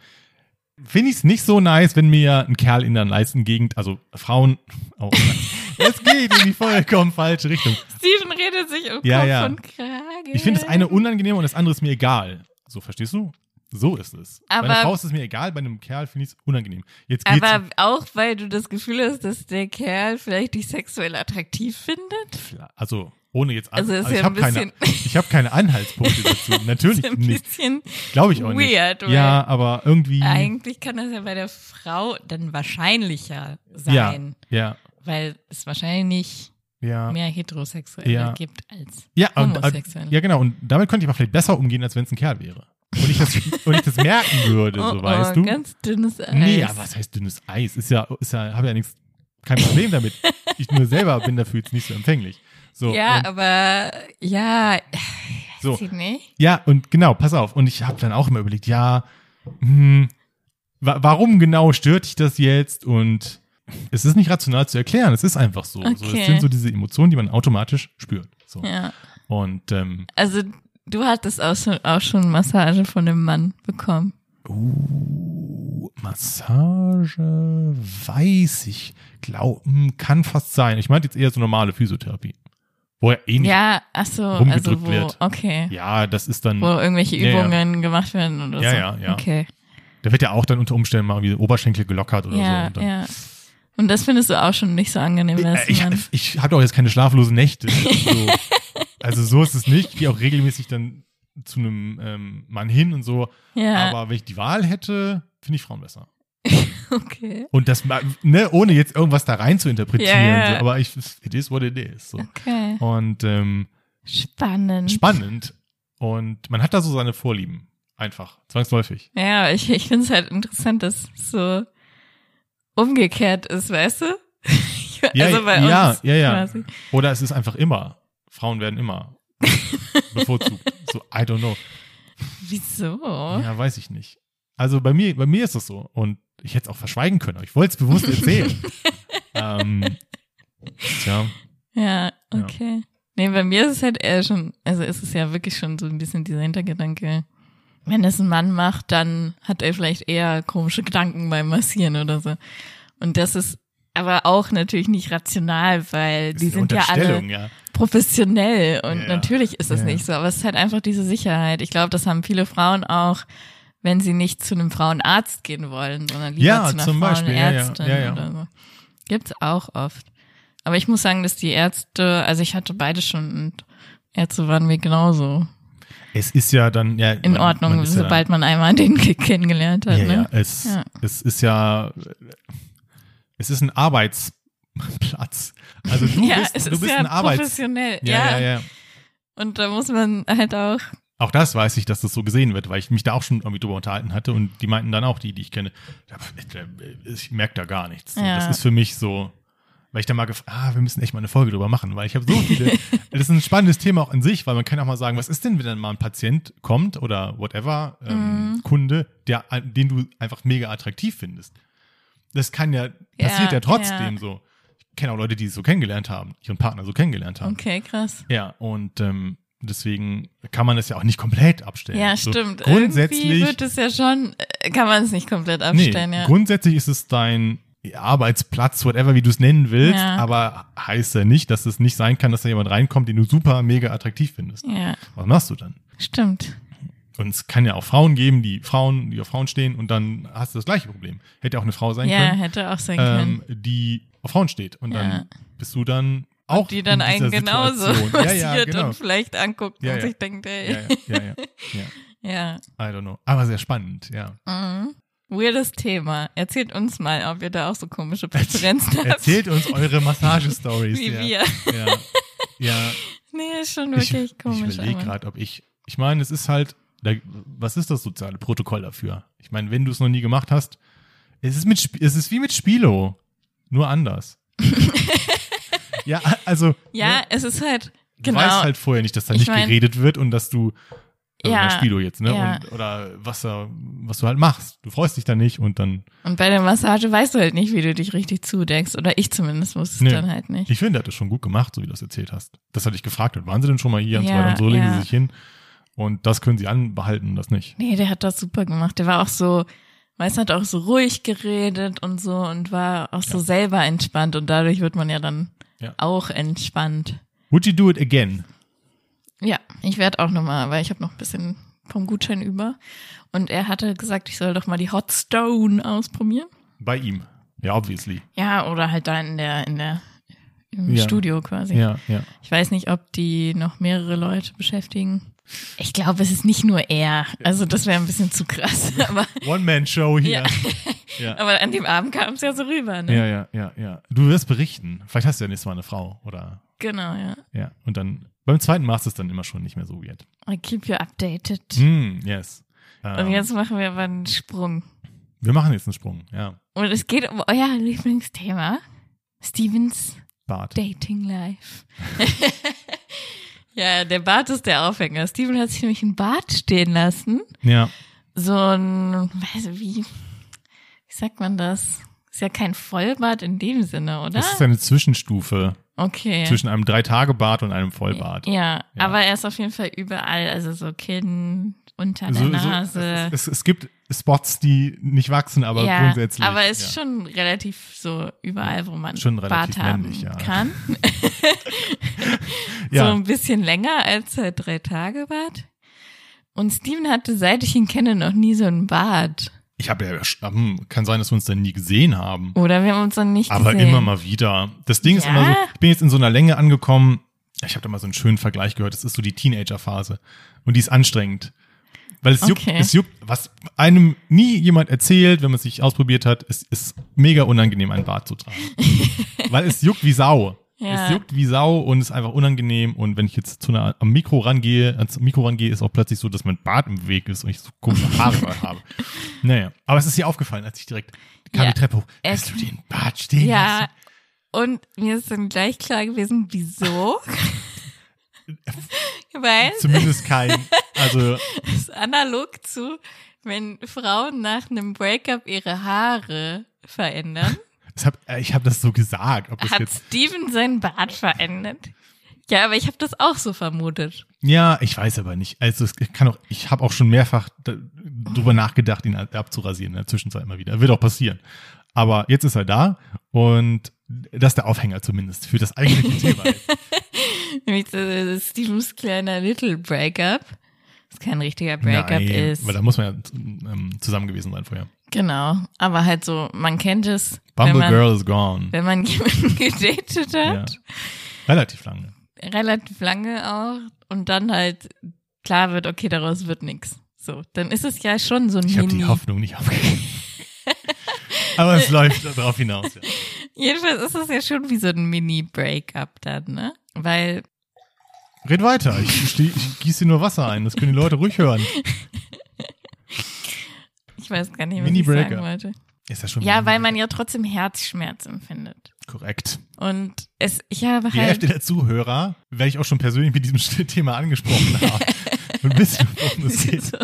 A: finde ich es nicht so nice, wenn mir ein Kerl in der Leistengegend, also Frauen, auch. es geht in die vollkommen falsche Richtung.
B: Steven redet sich um
A: Ja,
B: Kopf
A: ja.
B: und Kragen.
A: Ich finde das eine unangenehm und das andere ist mir egal. So, verstehst du? So ist es. bei einer
B: Aber-
A: Frau ist es mir egal, bei einem Kerl finde ich es unangenehm. Jetzt geht's.
B: Aber auch weil du das Gefühl hast, dass der Kerl vielleicht dich sexuell attraktiv findet.
A: also, ohne jetzt an,
B: Also ist
A: ich
B: ja ein
A: habe keine, ich hab keine Anhaltspunkte dazu.
B: Das ist
A: Natürlich
B: ein
A: nicht.
B: bisschen
A: Glaube ich auch nicht.
B: weird, weil-
A: Ja, aber irgendwie.
B: Eigentlich kann das ja bei der Frau dann wahrscheinlicher
A: ja,
B: sein,
A: ja,
B: weil es wahrscheinlich
A: ja.
B: mehr Heterosexuelle
A: Ja.
B: gibt als
A: Ja, und, äh,
B: Homosexuelle.
A: ja, genau. Und damit könnte ich aber vielleicht besser umgehen, als wenn es ein Kerl wäre. Und ich das, und ich das merken würde, so
B: oh,
A: Also, weißt
B: oh,
A: du.
B: ganz dünnes Eis.
A: nee, aber was heißt dünnes Eis? Ist ja, ist ja, habe ja nichts, kein Problem damit. ich nur selber bin dafür jetzt nicht so empfänglich. So,
B: ja,
A: und,
B: aber ja,
A: so.
B: sie nicht.
A: Ja, und genau, pass auf. Und ich habe dann auch immer überlegt, ja, hm, wa warum genau stört dich das jetzt? Und es ist nicht rational zu erklären, es ist einfach so. so
B: Okay.
A: es sind so diese Emotionen, die man automatisch spürt. So.
B: Ja,
A: Und ähm,
B: also du hattest auch schon, auch schon Massage von einem Mann bekommen.
A: uh, Massage weiß ich, glauben, kann fast sein. Ich meinte jetzt eher so normale Physiotherapie. Wo ja eh nicht.
B: Ja, ach so, also
A: Rumgedrückt
B: wo,
A: wird.
B: okay,
A: Ja, das ist dann,
B: wo irgendwelche
A: Ja, ja.
B: Übungen gemacht werden oder
A: Ja,
B: so.
A: ja, ja.
B: Okay,
A: da wird ja auch dann unter Umständen mal wie Oberschenkel gelockert oder so.
B: ja,
A: Und dann, Äh,
B: ja. Und das findest du auch schon nicht so angenehm, wenn es
A: Ich,
B: ein Mann-
A: ich, ich habe auch jetzt keine schlaflosen Nächte. So. also so ist es nicht. Ich gehe auch regelmäßig dann zu einem ähm, Mann hin und so.
B: ja,
A: Aber wenn ich die Wahl hätte, finde ich Frauen besser.
B: okay.
A: Und das, ma- ne, ohne jetzt irgendwas da rein zu interpretieren.
B: Ja, ja.
A: So, aber ich, it is what it is. So.
B: Okay.
A: Und ähm,
B: Spannend.
A: spannend. Und man hat da so seine Vorlieben. Einfach. Zwangsläufig.
B: Ja, ich, ich finde es halt interessant, dass es so umgekehrt ist, weißt du?
A: Ja, ja, ja, ja.
B: Also quasi.
A: Oder es ist einfach immer. Frauen werden immer bevorzugt. So, I don't know.
B: Wieso?
A: Ja, weiß ich nicht. Also bei mir, bei mir ist das so. Und ich hätte es auch verschweigen können, aber ich wollte es bewusst erzählen. ähm, tja,
B: Ja, okay. Nee, bei mir ist es halt eher schon, also ist es ja wirklich schon so ein bisschen dieser Hintergedanke. Wenn es ein Mann macht, dann hat er vielleicht eher komische Gedanken beim Massieren oder so. Und das ist aber auch natürlich nicht rational, weil
A: ist
B: die
A: eine
B: sind ja alle
A: Unterstellung, ja.
B: professionell und
A: Ja.
B: natürlich ist das
A: Ja.
B: nicht so, aber es ist halt einfach diese Sicherheit. Ich glaube, das haben viele Frauen auch, wenn sie nicht zu einem Frauenarzt gehen wollen, sondern lieber
A: Ja,
B: zu einer
A: zum Beispiel. Ja, ja.
B: Frauenärztin
A: Ja, ja.
B: oder so. Gibt's auch oft. Aber ich muss sagen, dass die Ärzte, also ich hatte beide schon und Ärzte waren mir genauso
A: Es ist ja dann ja
B: in
A: man-
B: Ordnung,
A: man ist ja dann-
B: sobald man einmal den Kick kennengelernt hat.
A: ja,
B: ne?
A: ja, es,
B: Ja.
A: es ist ja, es ist ein Arbeitsplatz. Also du
B: ja,
A: bist,
B: es
A: du
B: ist
A: bist
B: ja
A: ein Arbeits.
B: professionell.
A: Ja, ja,
B: ja.
A: ja.
B: Und da muss man halt auch
A: Auch das weiß ich, dass das so gesehen wird, weil ich mich da auch schon irgendwie drüber unterhalten hatte und die meinten dann auch, die, die ich kenne, ja, pf, ich, äh, ich merke da gar nichts. So,
B: Ja.
A: Das ist für mich so, weil ich da mal gefragt, ah, wir müssen echt mal eine Folge drüber machen, weil ich habe so viele, das ist ein spannendes Thema auch in sich, weil man kann auch mal sagen, was ist denn, wenn dann mal ein Patient kommt oder whatever,
B: Mhm.
A: ähm, Kunde, der, den du einfach mega attraktiv findest. Das kann ja,
B: Ja,
A: passiert ja trotzdem
B: ja.
A: so. Ich kenne auch Leute, die es so kennengelernt haben, ihren Partner so kennengelernt haben.
B: Okay, krass.
A: Ja, und ähm, deswegen kann man das ja auch nicht komplett abstellen.
B: Ja,
A: So,
B: stimmt. Irgendwie
A: grundsätzlich,
B: wird es ja schon, äh, kann man es nicht komplett
A: nee,
B: abstellen, ja.
A: grundsätzlich ist es dein Arbeitsplatz, whatever, wie du es nennen willst,
B: Ja.
A: aber heißt ja nicht, dass es nicht sein kann, dass da jemand reinkommt, den du super mega attraktiv findest.
B: Ja,
A: Was machst du dann?
B: stimmt.
A: Und es kann ja auch Frauen geben, die Frauen, die auf Frauen stehen und dann hast du das gleiche Problem. Hätte auch eine Frau sein
B: Ja,
A: können,
B: hätte auch sein können.
A: ähm, die auf Frauen steht und
B: Ja.
A: dann bist du dann auch
B: Die dann
A: in dieser
B: einen genauso
A: Situation.
B: passiert
A: ja, ja, genau.
B: und vielleicht anguckt
A: Ja,
B: und
A: ja.
B: sich denkt,
A: ja, ja,
B: ey,
A: ja, ja, ja.
B: ja.
A: I don't know. Aber sehr spannend, ja.
B: Mhm. Weirdes Thema. Erzählt uns mal, ob ihr da auch so komische Präferenzen habt.
A: Erzählt uns eure Massagestories.
B: Wie
A: ja.
B: wir.
A: Ja, ja.
B: Nee, ist schon
A: ich
B: wirklich
A: ich
B: komisch.
A: überlege
B: aber-
A: gerade, ob ich. Ich meine, es ist halt. Da, was ist das soziale Protokoll dafür? Ich meine, wenn du es noch nie gemacht hast, es ist, mit, Sp- es ist wie mit Spilo, nur anders. ja, also.
B: ja,
A: ne,
B: es ist halt,
A: du
B: genau.
A: weißt halt vorher nicht, dass da
B: Ich
A: nicht
B: mein-
A: geredet wird und dass du. Also
B: Ja,
A: bei Spilo jetzt, ne?
B: ja.
A: Und, oder was, da- was du halt machst. Du freust dich da nicht und dann
B: Und bei der Massage weißt du halt nicht, wie du dich richtig zudeckst. Oder ich zumindest wusste es
A: Nee.
B: dann halt nicht.
A: Ich finde, er hat das schon gut gemacht, so wie du das erzählt hast. Das hatte ich gefragt. Und waren sie denn schon mal hier und so
B: Ja,
A: weiter und so legen
B: ja.
A: sie sich hin. Und das können sie anbehalten, das nicht.
B: Nee, der hat das super gemacht. Der war auch so, weiß hat auch so ruhig geredet und so und war auch so selber entspannt und dadurch wird man ja dann
A: Ja.
B: auch entspannt.
A: Would you do it again?
B: Ja, ich werde auch nochmal, weil ich habe noch ein bisschen vom Gutschein über. Und er hatte gesagt, ich soll doch mal die Hot Stone ausprobieren.
A: Bei ihm. Ja, obviously.
B: Ja, oder halt da in der, in der, im
A: Ja.
B: Studio quasi.
A: Ja, ja.
B: Ich weiß nicht, ob die noch mehrere Leute beschäftigen. Ich glaube, es ist nicht nur er. Also das wäre ein bisschen zu krass. Aber,
A: One-Man-Show hier.
B: Ja.
A: Ja.
B: aber an dem Abend kam es ja so rüber. Ne?
A: ja, ja, ja, ja. Du wirst berichten. Vielleicht hast du ja nächstes Mal eine Frau, oder?
B: Genau, ja.
A: Ja. Und dann, beim zweiten machst du es dann immer schon nicht mehr so weird.
B: I keep you updated.
A: Hm, yes. Ähm,
B: Und jetzt machen wir aber einen Sprung.
A: wir machen jetzt einen Sprung, ja.
B: Und es geht um euer Lieblingsthema. Stevens
A: Bart.
B: Dating Life. ja, der Bart ist der Aufhänger. Steven hat sich nämlich einen Bart stehen lassen.
A: Ja.
B: So ein, weiß ich, wie, wie sagt man das? Ist ja kein Vollbart in dem Sinne, oder?
A: Das ist eine Zwischenstufe
B: Okay.
A: zwischen einem Drei-Tage-Bart und einem Vollbart.
B: Ja,
A: Ja.
B: aber er ist auf jeden Fall überall, also so Kinn, unter
A: So- so-
B: der Nase.
A: es, es, es gibt Spots, die nicht wachsen, aber
B: ja,
A: grundsätzlich.
B: aber ist
A: ja.
B: schon relativ so überall, wo man
A: Schon
B: Bart
A: relativ
B: haben
A: männlich, ja.
B: kann. So
A: Ja,
B: ein bisschen länger als halt drei Tage Bart. Und Steven hatte, seit ich ihn kenne, noch nie so einen Bart.
A: ich habe ja, hm, kann sein, dass wir uns dann nie gesehen haben,
B: Oder wir haben uns dann nicht
A: aber
B: gesehen.
A: immer mal wieder. Das Ding ist
B: Ja?
A: immer so, ich bin jetzt in so einer Länge angekommen. Ich habe da mal so einen schönen Vergleich gehört. Das ist so die Teenager-Phase und die ist anstrengend, weil es juckt,
B: Okay.
A: es juckt, was einem nie jemand erzählt, wenn man es nicht ausprobiert hat. Es ist mega unangenehm, einen Bart zu tragen, weil es juckt wie Sau.
B: Ja.
A: Es juckt wie Sau und ist einfach unangenehm. Und wenn ich jetzt zu einer, am Mikro rangehe, ans Mikro rangehe, ist auch plötzlich so, dass mein Bart im Weg ist und ich so komische Haare überall habe. Naja, aber es ist hier aufgefallen, als ich direkt kam
B: Ja.
A: die Treppe hoch.
B: Es-
A: Hast du den Bart stehen
B: Ja. Und mir ist dann gleich klar gewesen, wieso? Weil
A: lassen? Zumindest kein, also
B: es ist analog zu, wenn Frauen nach einem Breakup ihre Haare verändern,
A: es hab, äh, ich habe das so gesagt. Ob das
B: hat
A: jetzt,
B: Steven seinen Bart verändert. Ja, aber ich habe das auch so vermutet.
A: ja, ich weiß aber nicht. Also es kann auch, ich habe auch schon mehrfach da- drüber nachgedacht, ihn halt abzurasieren in der Zwischenzeit mal wieder. Wird auch passieren. Aber jetzt ist er da und das ist der Aufhänger zumindest für das eigentliche Thema. jetzt.
B: Nämlich äh, Stevens kleiner Little Breakup. Was kein richtiger Breakup
A: Nein,
B: ist.
A: Weil da muss man ja ähm, zusammen gewesen sein vorher.
B: Genau. Aber halt so, man kennt es, wenn
A: Bumble
B: man,
A: Girl is gone.
B: wenn man jemanden gedatet hat.
A: Relativ lange.
B: relativ lange auch und dann halt klar wird, okay, daraus wird nichts. So, dann ist es ja schon so ein
A: Ich habe die
B: Mini.
A: Hoffnung nicht aufgegeben. Aber es läuft darauf hinaus. Ja.
B: Jedenfalls ist es ja schon wie so ein Mini-Breakup dann, ne? Weil
A: Red weiter. Ich, steh- ich gieße dir nur Wasser ein. Das können die Leute ruhig hören.
B: ich weiß gar nicht, was ich
A: Mini-Breakup.
B: sagen wollte.
A: Ist das schon
B: Ja, weil man ja trotzdem Herzschmerz empfindet.
A: korrekt.
B: Und es, ich habe
A: Die Hälfte
B: halt,
A: der Zuhörer werde ich auch schon persönlich mit diesem Thema angesprochen haben. Und wissen, worum es geht.
B: so,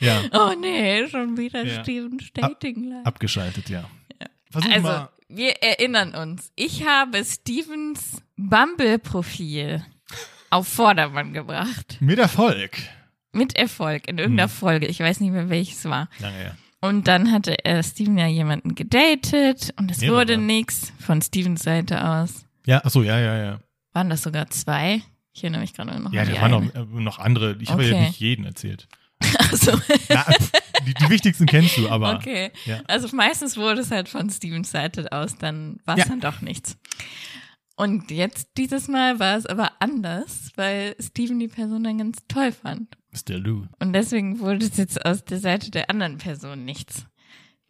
A: Ja,
B: oh nee, schon wieder
A: Ja.
B: Steven Stating Live.
A: abgeschaltet, ja. Ah, Versuch
B: Also,
A: mal.
B: wir erinnern uns. Ich habe Stevens Bumble-Profil auf Vordermann gebracht.
A: Mit Erfolg.
B: Mit Erfolg, in irgendeiner
A: Hm.
B: Folge. Ich weiß nicht mehr, welches war.
A: Lange her.
B: Und dann hatte äh, Steven ja jemanden gedatet und es
A: Mehrere.
B: wurde nix von Stevens Seite aus.
A: Ja, ach so, ja, ja, ja.
B: Waren das sogar zwei? Ich erinnere mich gerade nur noch
A: Ja,
B: an
A: da
B: die
A: waren
B: eine.
A: noch, äh, noch andere. Ich habe ja
B: Oh, Okay.
A: nicht jeden erzählt.
B: Also,
A: Na, pff, die, die wichtigsten kennst du, aber.
B: okay.
A: Ja.
B: Also meistens wurde es halt von Stevens Seite aus, dann war es
A: Ja.
B: dann doch nichts. Und jetzt dieses Mal war es aber anders, weil Steven die Person dann ganz toll fand.
A: Mr. Lou.
B: Und deswegen wurde es jetzt aus der Seite der anderen Person nichts.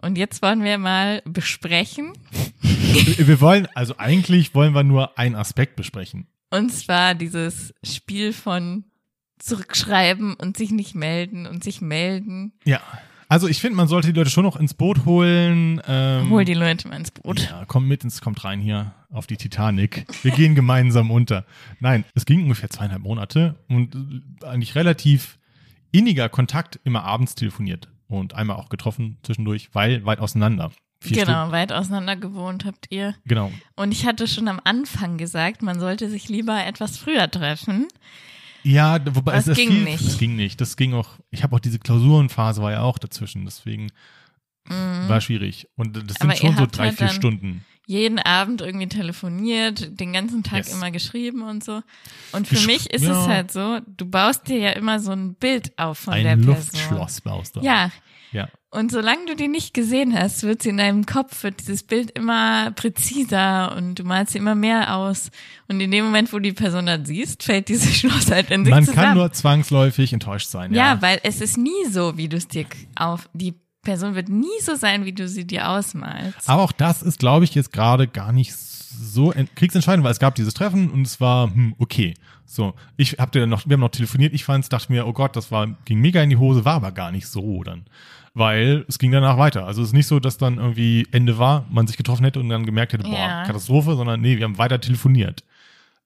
B: Und jetzt wollen wir mal besprechen,
A: Wir wir wollen, also eigentlich wollen wir nur einen Aspekt besprechen.
B: Und zwar dieses Spiel von zurückschreiben und sich nicht melden und sich melden.
A: Ja. Also ich finde, man sollte die Leute schon noch ins Boot holen. Ähm,
B: Hol die Leute mal ins Boot.
A: Ja, komm mit ins, kommt rein hier auf die Titanic. Wir gehen gemeinsam unter. Nein, es ging ungefähr zweieinhalb Monate und äh, eigentlich relativ inniger Kontakt immer abends telefoniert und einmal auch getroffen zwischendurch, weil weit auseinander. Vier
B: genau, weit auseinander gewohnt habt ihr.
A: Stunden. Genau.
B: Und ich hatte schon am Anfang gesagt, man sollte sich lieber etwas früher treffen.
A: Ja, d- wobei
B: Das
A: es- es
B: ging
A: fiel-
B: nicht.
A: Es ging nicht. Das ging auch. Ich habe auch diese Klausurenphase war ja auch dazwischen, deswegen war schwierig. Und äh, das sind
B: Mhm. Aber ihr
A: schon so
B: habt
A: drei,
B: halt
A: vier
B: dann-
A: Stunden.
B: Jeden Abend irgendwie telefoniert, den ganzen Tag
A: Yes.
B: immer geschrieben und so. Und für
A: Gesch-
B: mich ist
A: ja.
B: es halt so, du baust dir ja immer so ein Bild auf von der
A: Ein
B: Person.
A: Luftschloss baust du. auf.
B: Ja,
A: ja.
B: Und solange du die nicht gesehen hast, wird sie in deinem Kopf, wird dieses Bild immer präziser und du malst sie immer mehr aus. Und in dem Moment, wo du die Person dann siehst, fällt dieses Schloss halt in sich
A: Man
B: zusammen.
A: kann nur zwangsläufig enttäuscht sein.
B: ja. weil es ist nie so, wie du es dir k- auf, die Person wird nie so sein, wie du sie dir ausmalst.
A: Aber auch das ist, glaube ich, jetzt gerade gar nicht so ent- kriegsentscheidend, weil es gab dieses Treffen und es war, hm, okay. So, ich hab dir dann noch, wir haben noch telefoniert, ich fand's, dachte mir, oh Gott, das war, ging mega in die Hose, war aber gar nicht so dann. Weil es ging danach weiter. Also es ist nicht so, dass dann irgendwie Ende war, man sich getroffen hätte und dann gemerkt hätte, boah,
B: Ja.
A: Katastrophe, sondern nee, wir haben weiter telefoniert.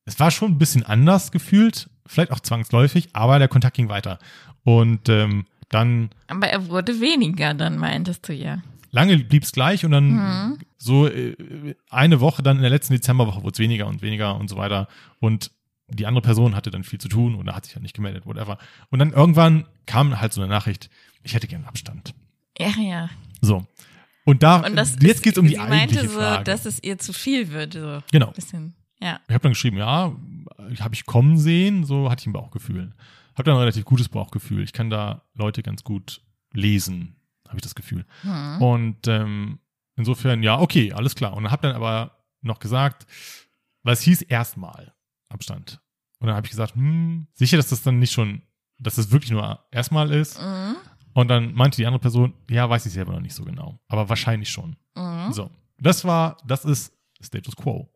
A: Es war schon ein bisschen anders gefühlt, vielleicht auch zwangsläufig, aber der Kontakt ging weiter. Und ähm, dann
B: Aber er wurde weniger, dann meintest du ja.
A: lange blieb's gleich und dann
B: Mhm.
A: so äh, eine Woche, dann in der letzten Dezemberwoche wurde es weniger und weniger und so weiter. Und die andere Person hatte dann viel zu tun oder hat sich halt nicht gemeldet, whatever. Und dann irgendwann kam halt so eine Nachricht, ich hätte gerne Abstand.
B: Ja, ja.
A: So. Und da,
B: Und das
A: jetzt
B: ist-
A: geht's um die
B: sie meinte
A: eigentliche
B: so,
A: Frage.
B: dass es ihr zu viel wird, so ein
A: genau.
B: bisschen. Ja.
A: Ich habe dann geschrieben, ja, habe ich kommen sehen, so hatte ich ein Bauchgefühl. Habe dann ein relativ gutes Bauchgefühl. Ich kann da Leute ganz gut lesen, habe ich das Gefühl.
B: Hm.
A: Und ähm, insofern, ja, okay, alles klar. Und habe dann aber noch gesagt, weil es hieß erstmal Abstand. Und dann habe ich gesagt, hm, sicher, dass das dann nicht schon, dass das wirklich nur erstmal ist.
B: Mhm.
A: Und dann meinte die andere Person, ja, weiß ich selber noch nicht so genau, aber wahrscheinlich schon.
B: Mhm.
A: So, das war, das ist Status Quo.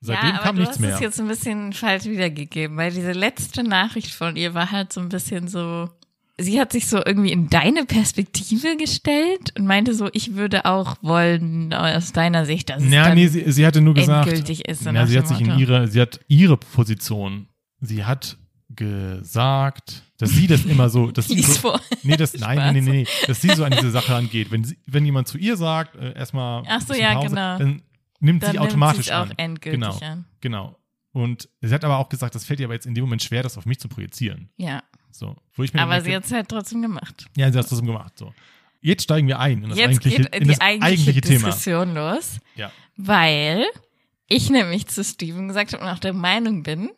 A: Seitdem
B: aber
A: kam
B: du
A: nichts
B: hast
A: mehr.
B: es jetzt ein bisschen falsch wiedergegeben, weil diese letzte Nachricht von ihr war halt so ein bisschen so, sie hat sich so irgendwie in deine Perspektive gestellt und meinte so, ich würde auch wollen aus deiner Sicht, dass es
A: Ja,
B: dann
A: nee, sie, sie hatte nur gesagt,
B: endgültig ist. so
A: na,
B: nach
A: sie
B: dem
A: hat sich in
B: Motto.
A: ihre, sie hat ihre Position, sie hat gesagt, dass sie das immer so, dass sie
B: Lies
A: so,
B: vor.
A: Nee, das, nein, nein,
B: Spaß.
A: nee, nee, nee, dass sie so an diese Sache angeht. Wenn, sie, wenn jemand zu ihr sagt, äh, erstmal
B: Ach so,
A: bisschen
B: ja,
A: Pause,
B: genau.
A: dann nimmt
B: Dann
A: sie
B: nimmt
A: automatisch
B: sie's auch
A: an.
B: endgültig
A: Genau.
B: an.
A: Genau. Und sie hat aber auch gesagt, das fällt ihr aber jetzt in dem Moment schwer, das auf mich zu projizieren.
B: Ja,
A: So, wo ich mir
B: aber
A: dann
B: sie
A: denke,
B: hat es halt trotzdem gemacht.
A: ja, sie hat das gemacht. So, jetzt steigen wir ein in das
B: Jetzt
A: eigentliche,
B: geht die
A: in das
B: eigentliche,
A: Thema.
B: Diskussion los.
A: Ja.
B: Weil ich nämlich zu Steven gesagt habe und auch der Meinung bin,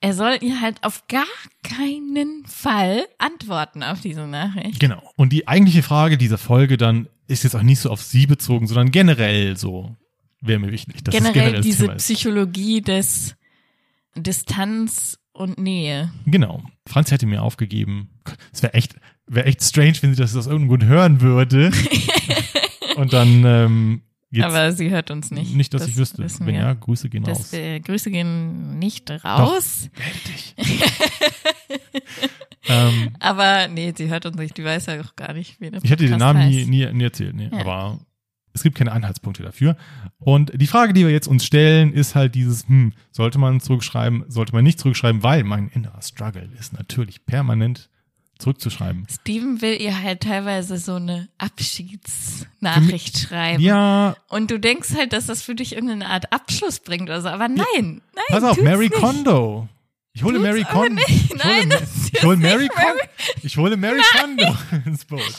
B: er soll ihr halt auf gar keinen Fall antworten auf diese Nachricht.
A: Genau. Und die eigentliche Frage dieser Folge dann ist jetzt auch nicht so auf sie bezogen, sondern generell so. Wäre mir wichtig, dass es
B: generell
A: generell das
B: diese
A: Thema ist.
B: Psychologie des Distanz und Nähe.
A: Genau. Franzi hatte mir aufgegeben, es wäre echt, wäre echt strange, wenn sie das aus irgendeinem Grund hören würde. und dann ähm, geht's-
B: Aber sie hört uns nicht.
A: Nicht, dass ich wüsste.
B: wissen
A: Wenn
B: wir.
A: ja, Grüße gehen
B: Das,
A: raus.
B: äh, Grüße gehen nicht raus.
A: Meld dich. ähm,
B: Aber nee, sie hört uns nicht. Die weiß ja auch gar nicht, wie der
A: ich hätte den
B: Podcast
A: Namen nie,
B: heißt.
A: nie, nie erzählt, nee.
B: Ja.
A: aber es gibt keine Anhaltspunkte dafür. Und die Frage, die wir jetzt uns stellen, ist halt dieses, hm, sollte man zurückschreiben, sollte man nicht zurückschreiben, weil mein innerer Struggle ist natürlich permanent zurückzuschreiben.
B: Steven will ihr halt teilweise so eine Abschiedsnachricht schreiben.
A: Ja,
B: Und du denkst halt, dass das für dich irgendeine Art Abschluss bringt oder so. Aber nein, nein.
A: pass auf,
B: tut's
A: Mary
B: nicht.
A: Kondo. Ich hole
B: Tut's
A: Mary
B: aber
A: Kondo. Ich
B: nicht.
A: hole,
B: Nein,
A: Ma-
B: das ist
A: ich hole
B: jetzt
A: Mary
B: nicht
A: Kondo. Ich hole Mary Kondo ins Boot.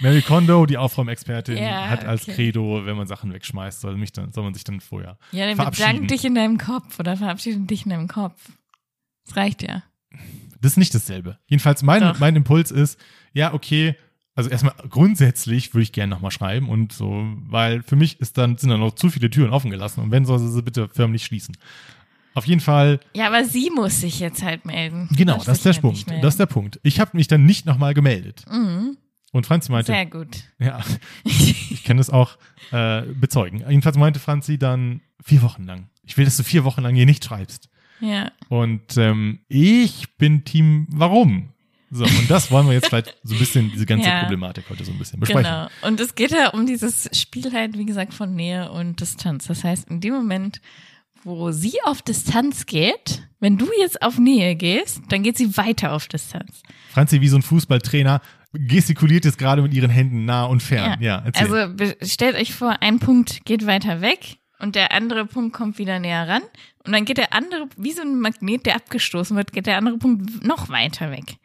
A: Mary Kondo, die Aufräumexpertin,
B: Ja,
A: hat als
B: okay.
A: Credo, wenn man Sachen wegschmeißt, soll, mich dann, soll man sich dann vorher.
B: Ja, dann
A: verabschieden.
B: bedank dich in deinem Kopf oder verabschiede dich in deinem Kopf. Das reicht ja.
A: Das ist nicht dasselbe. Jedenfalls mein,
B: Doch.
A: mein Impuls ist, ja, okay, also erstmal grundsätzlich würde ich gerne nochmal schreiben und so, weil für mich ist dann, sind dann noch zu viele Türen offen gelassen und wenn, soll sie sie bitte förmlich schließen. Auf jeden Fall
B: Ja, aber sie muss sich jetzt halt melden.
A: Genau,
B: Darf
A: das ist
B: sich
A: der
B: ja nicht
A: Punkt.
B: melden.
A: Das ist der Punkt. Ich habe mich dann nicht nochmal gemeldet.
B: Mhm.
A: Und Franzi meinte,
B: Sehr gut.
A: ja, ich kann das auch äh, bezeugen. Jedenfalls meinte Franzi dann vier Wochen lang. Ich will, dass du vier Wochen lang hier nicht schreibst.
B: ja.
A: Und ähm, ich bin Team Warum. So, und das wollen wir jetzt vielleicht so ein bisschen, diese ganze
B: Ja.
A: Problematik heute so ein bisschen besprechen.
B: Genau. Und es geht ja um dieses Spiel halt, wie gesagt, von Nähe und Distanz. Das heißt, in dem Moment, wo sie auf Distanz geht, wenn du jetzt auf Nähe gehst, dann geht sie weiter auf Distanz.
A: Franzi, wie so ein Fußballtrainer, gestikuliert jetzt gerade mit ihren Händen nah und fern. Ja, erzähl.
B: also be- stellt euch vor, ein Punkt geht weiter weg und der andere Punkt kommt wieder näher ran. Und dann geht der andere, wie so ein Magnet, der abgestoßen wird, geht der andere Punkt noch weiter weg.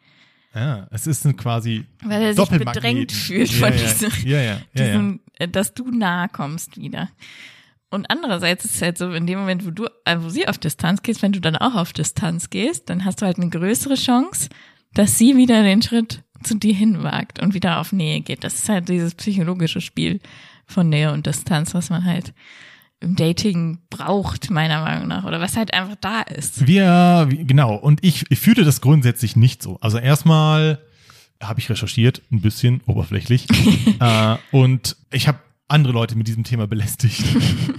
A: ja, es ist ein quasi
B: Weil er sich
A: Doppelmagneten.
B: bedrängt fühlt
A: ja,
B: von
A: ja,
B: diesem
A: ja, ja, ja, ja.
B: diesen, äh, dass du nahe kommst wieder. Und andererseits ist es halt so, in dem Moment, wo du, äh, wo sie auf Distanz gehst, wenn du dann auch auf Distanz gehst, dann hast du halt eine größere Chance, dass sie wieder den Schritt zu dir hinwagt und wieder auf Nähe geht. Das ist halt dieses psychologische Spiel von Nähe und Distanz, was man halt im Dating braucht, meiner Meinung nach, oder was halt einfach da ist.
A: Wir, wie- genau, und ich, ich fühle das grundsätzlich nicht so. Also erstmal habe ich recherchiert, ein bisschen oberflächlich. äh, und ich habe andere Leute mit diesem Thema belästigt.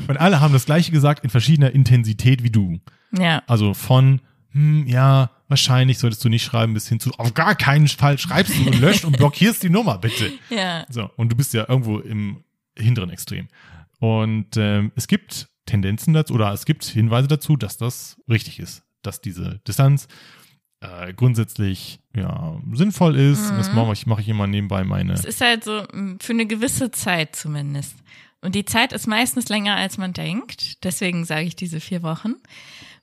A: und alle haben das gleiche gesagt in verschiedener Intensität wie du.
B: Ja.
A: Also von, hm, ja, wahrscheinlich solltest du nicht schreiben, bis hin zu, auf gar keinen Fall schreibst du und löscht und blockierst die Nummer, bitte.
B: Ja.
A: So, und du bist ja irgendwo im hinteren Extrem. Und ähm, es gibt Tendenzen dazu oder es gibt Hinweise dazu, dass das richtig ist, dass diese Distanz äh, grundsätzlich ja, sinnvoll ist. Und das
B: Mhm.
A: mache ich, mache ich immer nebenbei meine.
B: Es ist halt so m, für eine gewisse Zeit zumindest. Und die Zeit ist meistens länger, als man denkt. Deswegen sage ich diese vier Wochen,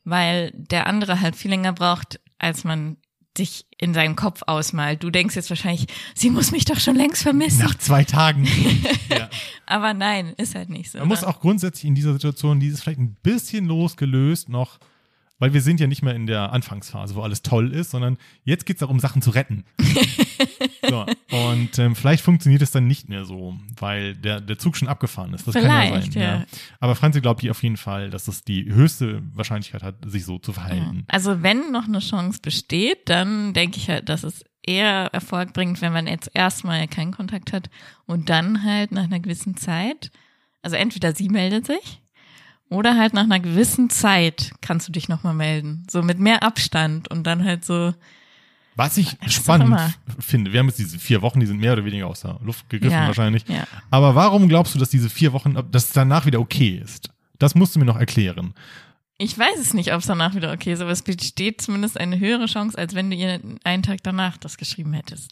B: weil der andere halt viel länger braucht, als man sich in seinem Kopf ausmalt. Du denkst jetzt wahrscheinlich, sie muss mich doch schon längst vermissen.
A: Nach zwei Tagen. ja.
B: Aber nein, ist halt nicht so.
A: Man muss
B: ne?
A: auch grundsätzlich in dieser Situation, die ist vielleicht ein bisschen losgelöst noch, weil wir sind ja nicht mehr in der Anfangsphase, wo alles toll ist, sondern jetzt geht es darum, Sachen zu retten. so, und ähm, vielleicht funktioniert es dann nicht mehr so, weil der, der Zug schon abgefahren ist. Das kann ja sein.
B: Vielleicht, ja.
A: Aber Franzi glaubt die auf jeden Fall, dass es die höchste Wahrscheinlichkeit hat, sich so zu
B: Ja.
A: verhalten.
B: Also wenn noch eine Chance besteht, dann denke ich halt, dass es eher Erfolg bringt, wenn man jetzt erstmal keinen Kontakt hat und dann halt nach einer gewissen Zeit, also entweder sie meldet sich oder halt nach einer gewissen Zeit kannst du dich nochmal melden. So mit mehr Abstand und dann halt so,
A: Was ich
B: Was auch
A: spannend
B: immer.
A: f- finde, wir haben jetzt diese vier Wochen, die sind mehr oder weniger aus der Luft gegriffen
B: Ja,
A: wahrscheinlich.
B: ja.
A: Aber warum glaubst du, dass diese vier Wochen, dass es danach wieder okay ist? Das musst du mir noch erklären.
B: ich weiß es nicht, ob es danach wieder okay ist, aber es besteht zumindest eine höhere Chance, als wenn du ihr einen Tag danach das geschrieben hättest.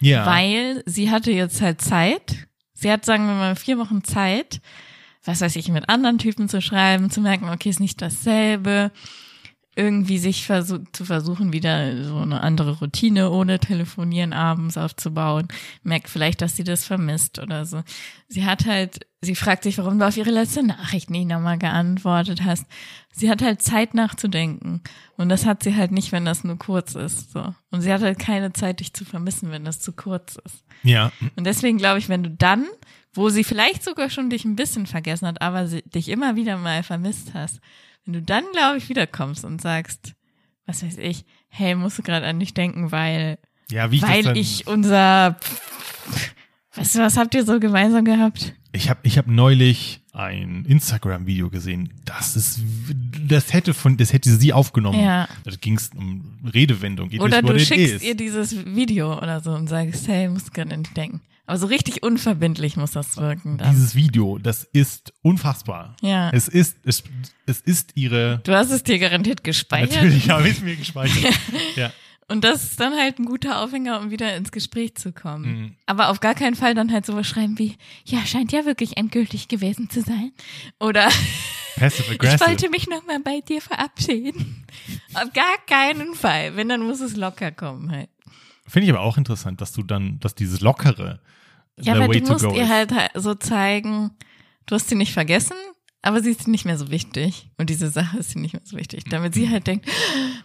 A: Ja.
B: Weil sie hatte jetzt halt Zeit. Sie hat, sagen wir mal, vier Wochen Zeit, was weiß ich, mit anderen Typen zu schreiben, zu merken, okay, ist nicht dasselbe. Irgendwie sich versu zu versuchen, wieder so eine andere Routine ohne Telefonieren abends aufzubauen. Merkt vielleicht, dass sie das vermisst oder so. Sie hat halt, sie fragt sich, warum du auf ihre letzte Nachricht nie nochmal geantwortet hast. Sie hat halt Zeit nachzudenken. Und das hat sie halt nicht, wenn das nur kurz ist. So. Und sie hat halt keine Zeit, dich zu vermissen, wenn das zu kurz ist.
A: ja.
B: Und deswegen glaube ich, wenn du dann, wo sie vielleicht sogar schon dich ein bisschen vergessen hat, aber sie dich immer wieder mal vermisst hast, wenn du dann, glaube ich, wiederkommst und sagst, was weiß ich, hey, musst du gerade an dich denken, weil,
A: Ja, wie ich das
B: weil
A: dann,
B: ich unser, was, was habt ihr so gemeinsam gehabt?
A: Ich habe ich hab neulich ein Instagram-Video gesehen. Das ist, das hätte von, das hätte sie aufgenommen.
B: Ja.
A: Da ging es um Redewendung. It
B: Oder
A: is what
B: du
A: it
B: schickst
A: is.
B: ihr dieses Video oder so und sagst, hey, musst du gerade an dich denken. Aber so richtig unverbindlich muss das wirken dann.
A: Dieses Video, das ist unfassbar.
B: Ja.
A: Es ist, es, es ist ihre.
B: Du hast es dir garantiert gespeichert.
A: Natürlich habe ich es mir gespeichert. ja.
B: Und das ist dann halt ein guter Aufhänger, um wieder ins Gespräch zu kommen.
A: Mhm.
B: Aber auf gar keinen Fall dann halt sowas schreiben wie, ja, scheint ja wirklich endgültig gewesen zu sein. Oder
A: Passive
B: ich
A: aggressive.
B: wollte mich nochmal bei dir verabschieden. auf gar keinen Fall. Wenn, dann muss es locker kommen halt.
A: Finde ich aber auch interessant, dass du dann, dass dieses lockere
B: Ja,
A: the
B: aber
A: way
B: du
A: to
B: musst
A: go
B: ihr
A: ist.
B: halt halt so zeigen, du hast sie nicht vergessen, aber sie ist nicht mehr so wichtig. Und diese Sache ist sie nicht mehr so wichtig. Damit
A: Mhm.
B: sie halt denkt,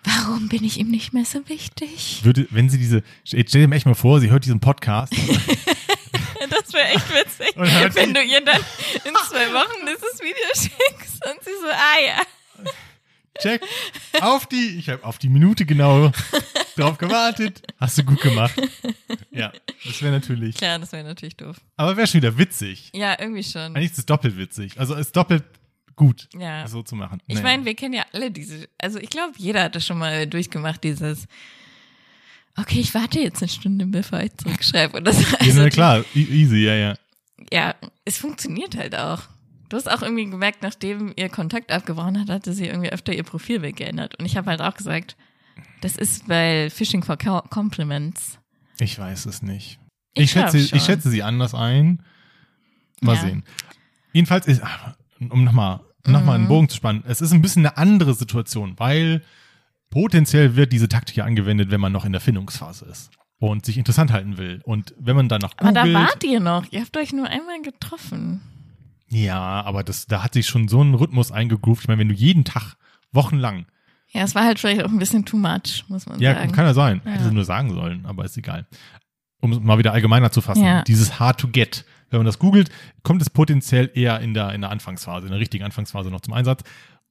B: warum bin ich ihm nicht mehr so wichtig?
A: würde, wenn sie diese, stell dir mal echt mal vor, sie hört diesen Podcast
B: Das wäre echt witzig,
A: Und hört
B: wenn
A: sie-
B: du ihr dann in zwei Wochen dieses Video schickst und sie so, ah ja.
A: Check. Auf die, ich habe auf die Minute genau drauf gewartet. Hast du gut gemacht. Ja, das wäre natürlich.
B: Klar, das wäre natürlich doof.
A: Aber wäre schon wieder witzig.
B: Ja, irgendwie schon.
A: Eigentlich ist es doppelt witzig. Also es ist doppelt gut,
B: Ja.
A: das so zu machen.
B: Ich
A: Also, Nee.
B: meine, wir kennen ja alle diese, also ich glaube, jeder hat das schon mal durchgemacht, dieses, okay, ich warte jetzt eine Stunde, bevor ich zurückschreibe. Oder so.
A: ja,
B: Also
A: na klar, e- easy, ja, ja.
B: ja, es funktioniert halt auch. Du hast auch irgendwie gemerkt, nachdem ihr Kontakt abgebrochen hat, hatte sie irgendwie öfter ihr Profilbild geändert. Und ich habe halt auch gesagt, das ist weil Phishing for Co- Compliments.
A: Ich weiß es nicht.
B: Ich
A: Ich, schätze,
B: glaub schon.
A: ich schätze sie anders ein. Mal
B: Ja.
A: sehen. Jedenfalls ist, ach, um nochmal noch
B: Mhm.
A: mal einen Bogen zu spannen, es ist ein bisschen eine andere Situation, weil potenziell wird diese Taktik ja angewendet, wenn man noch in der Findungsphase ist und sich interessant halten will. Und wenn man dann noch
B: Aber
A: googelt,
B: da wart ihr noch. Ihr habt euch nur einmal getroffen.
A: ja, aber das, da hat sich schon so einen Rhythmus eingegroovt. Ich meine, wenn du jeden Tag, wochenlang,
B: Ja, es war halt vielleicht auch ein bisschen too much, muss man
A: ja,
B: sagen.
A: kann ja sein, hätte
B: Ja.
A: sie nur sagen sollen, aber ist egal. Um es mal wieder allgemeiner zu fassen,
B: Ja.
A: dieses hard to get. Wenn man das googelt, kommt es potenziell eher in der, in der Anfangsphase, in der richtigen Anfangsphase noch zum Einsatz.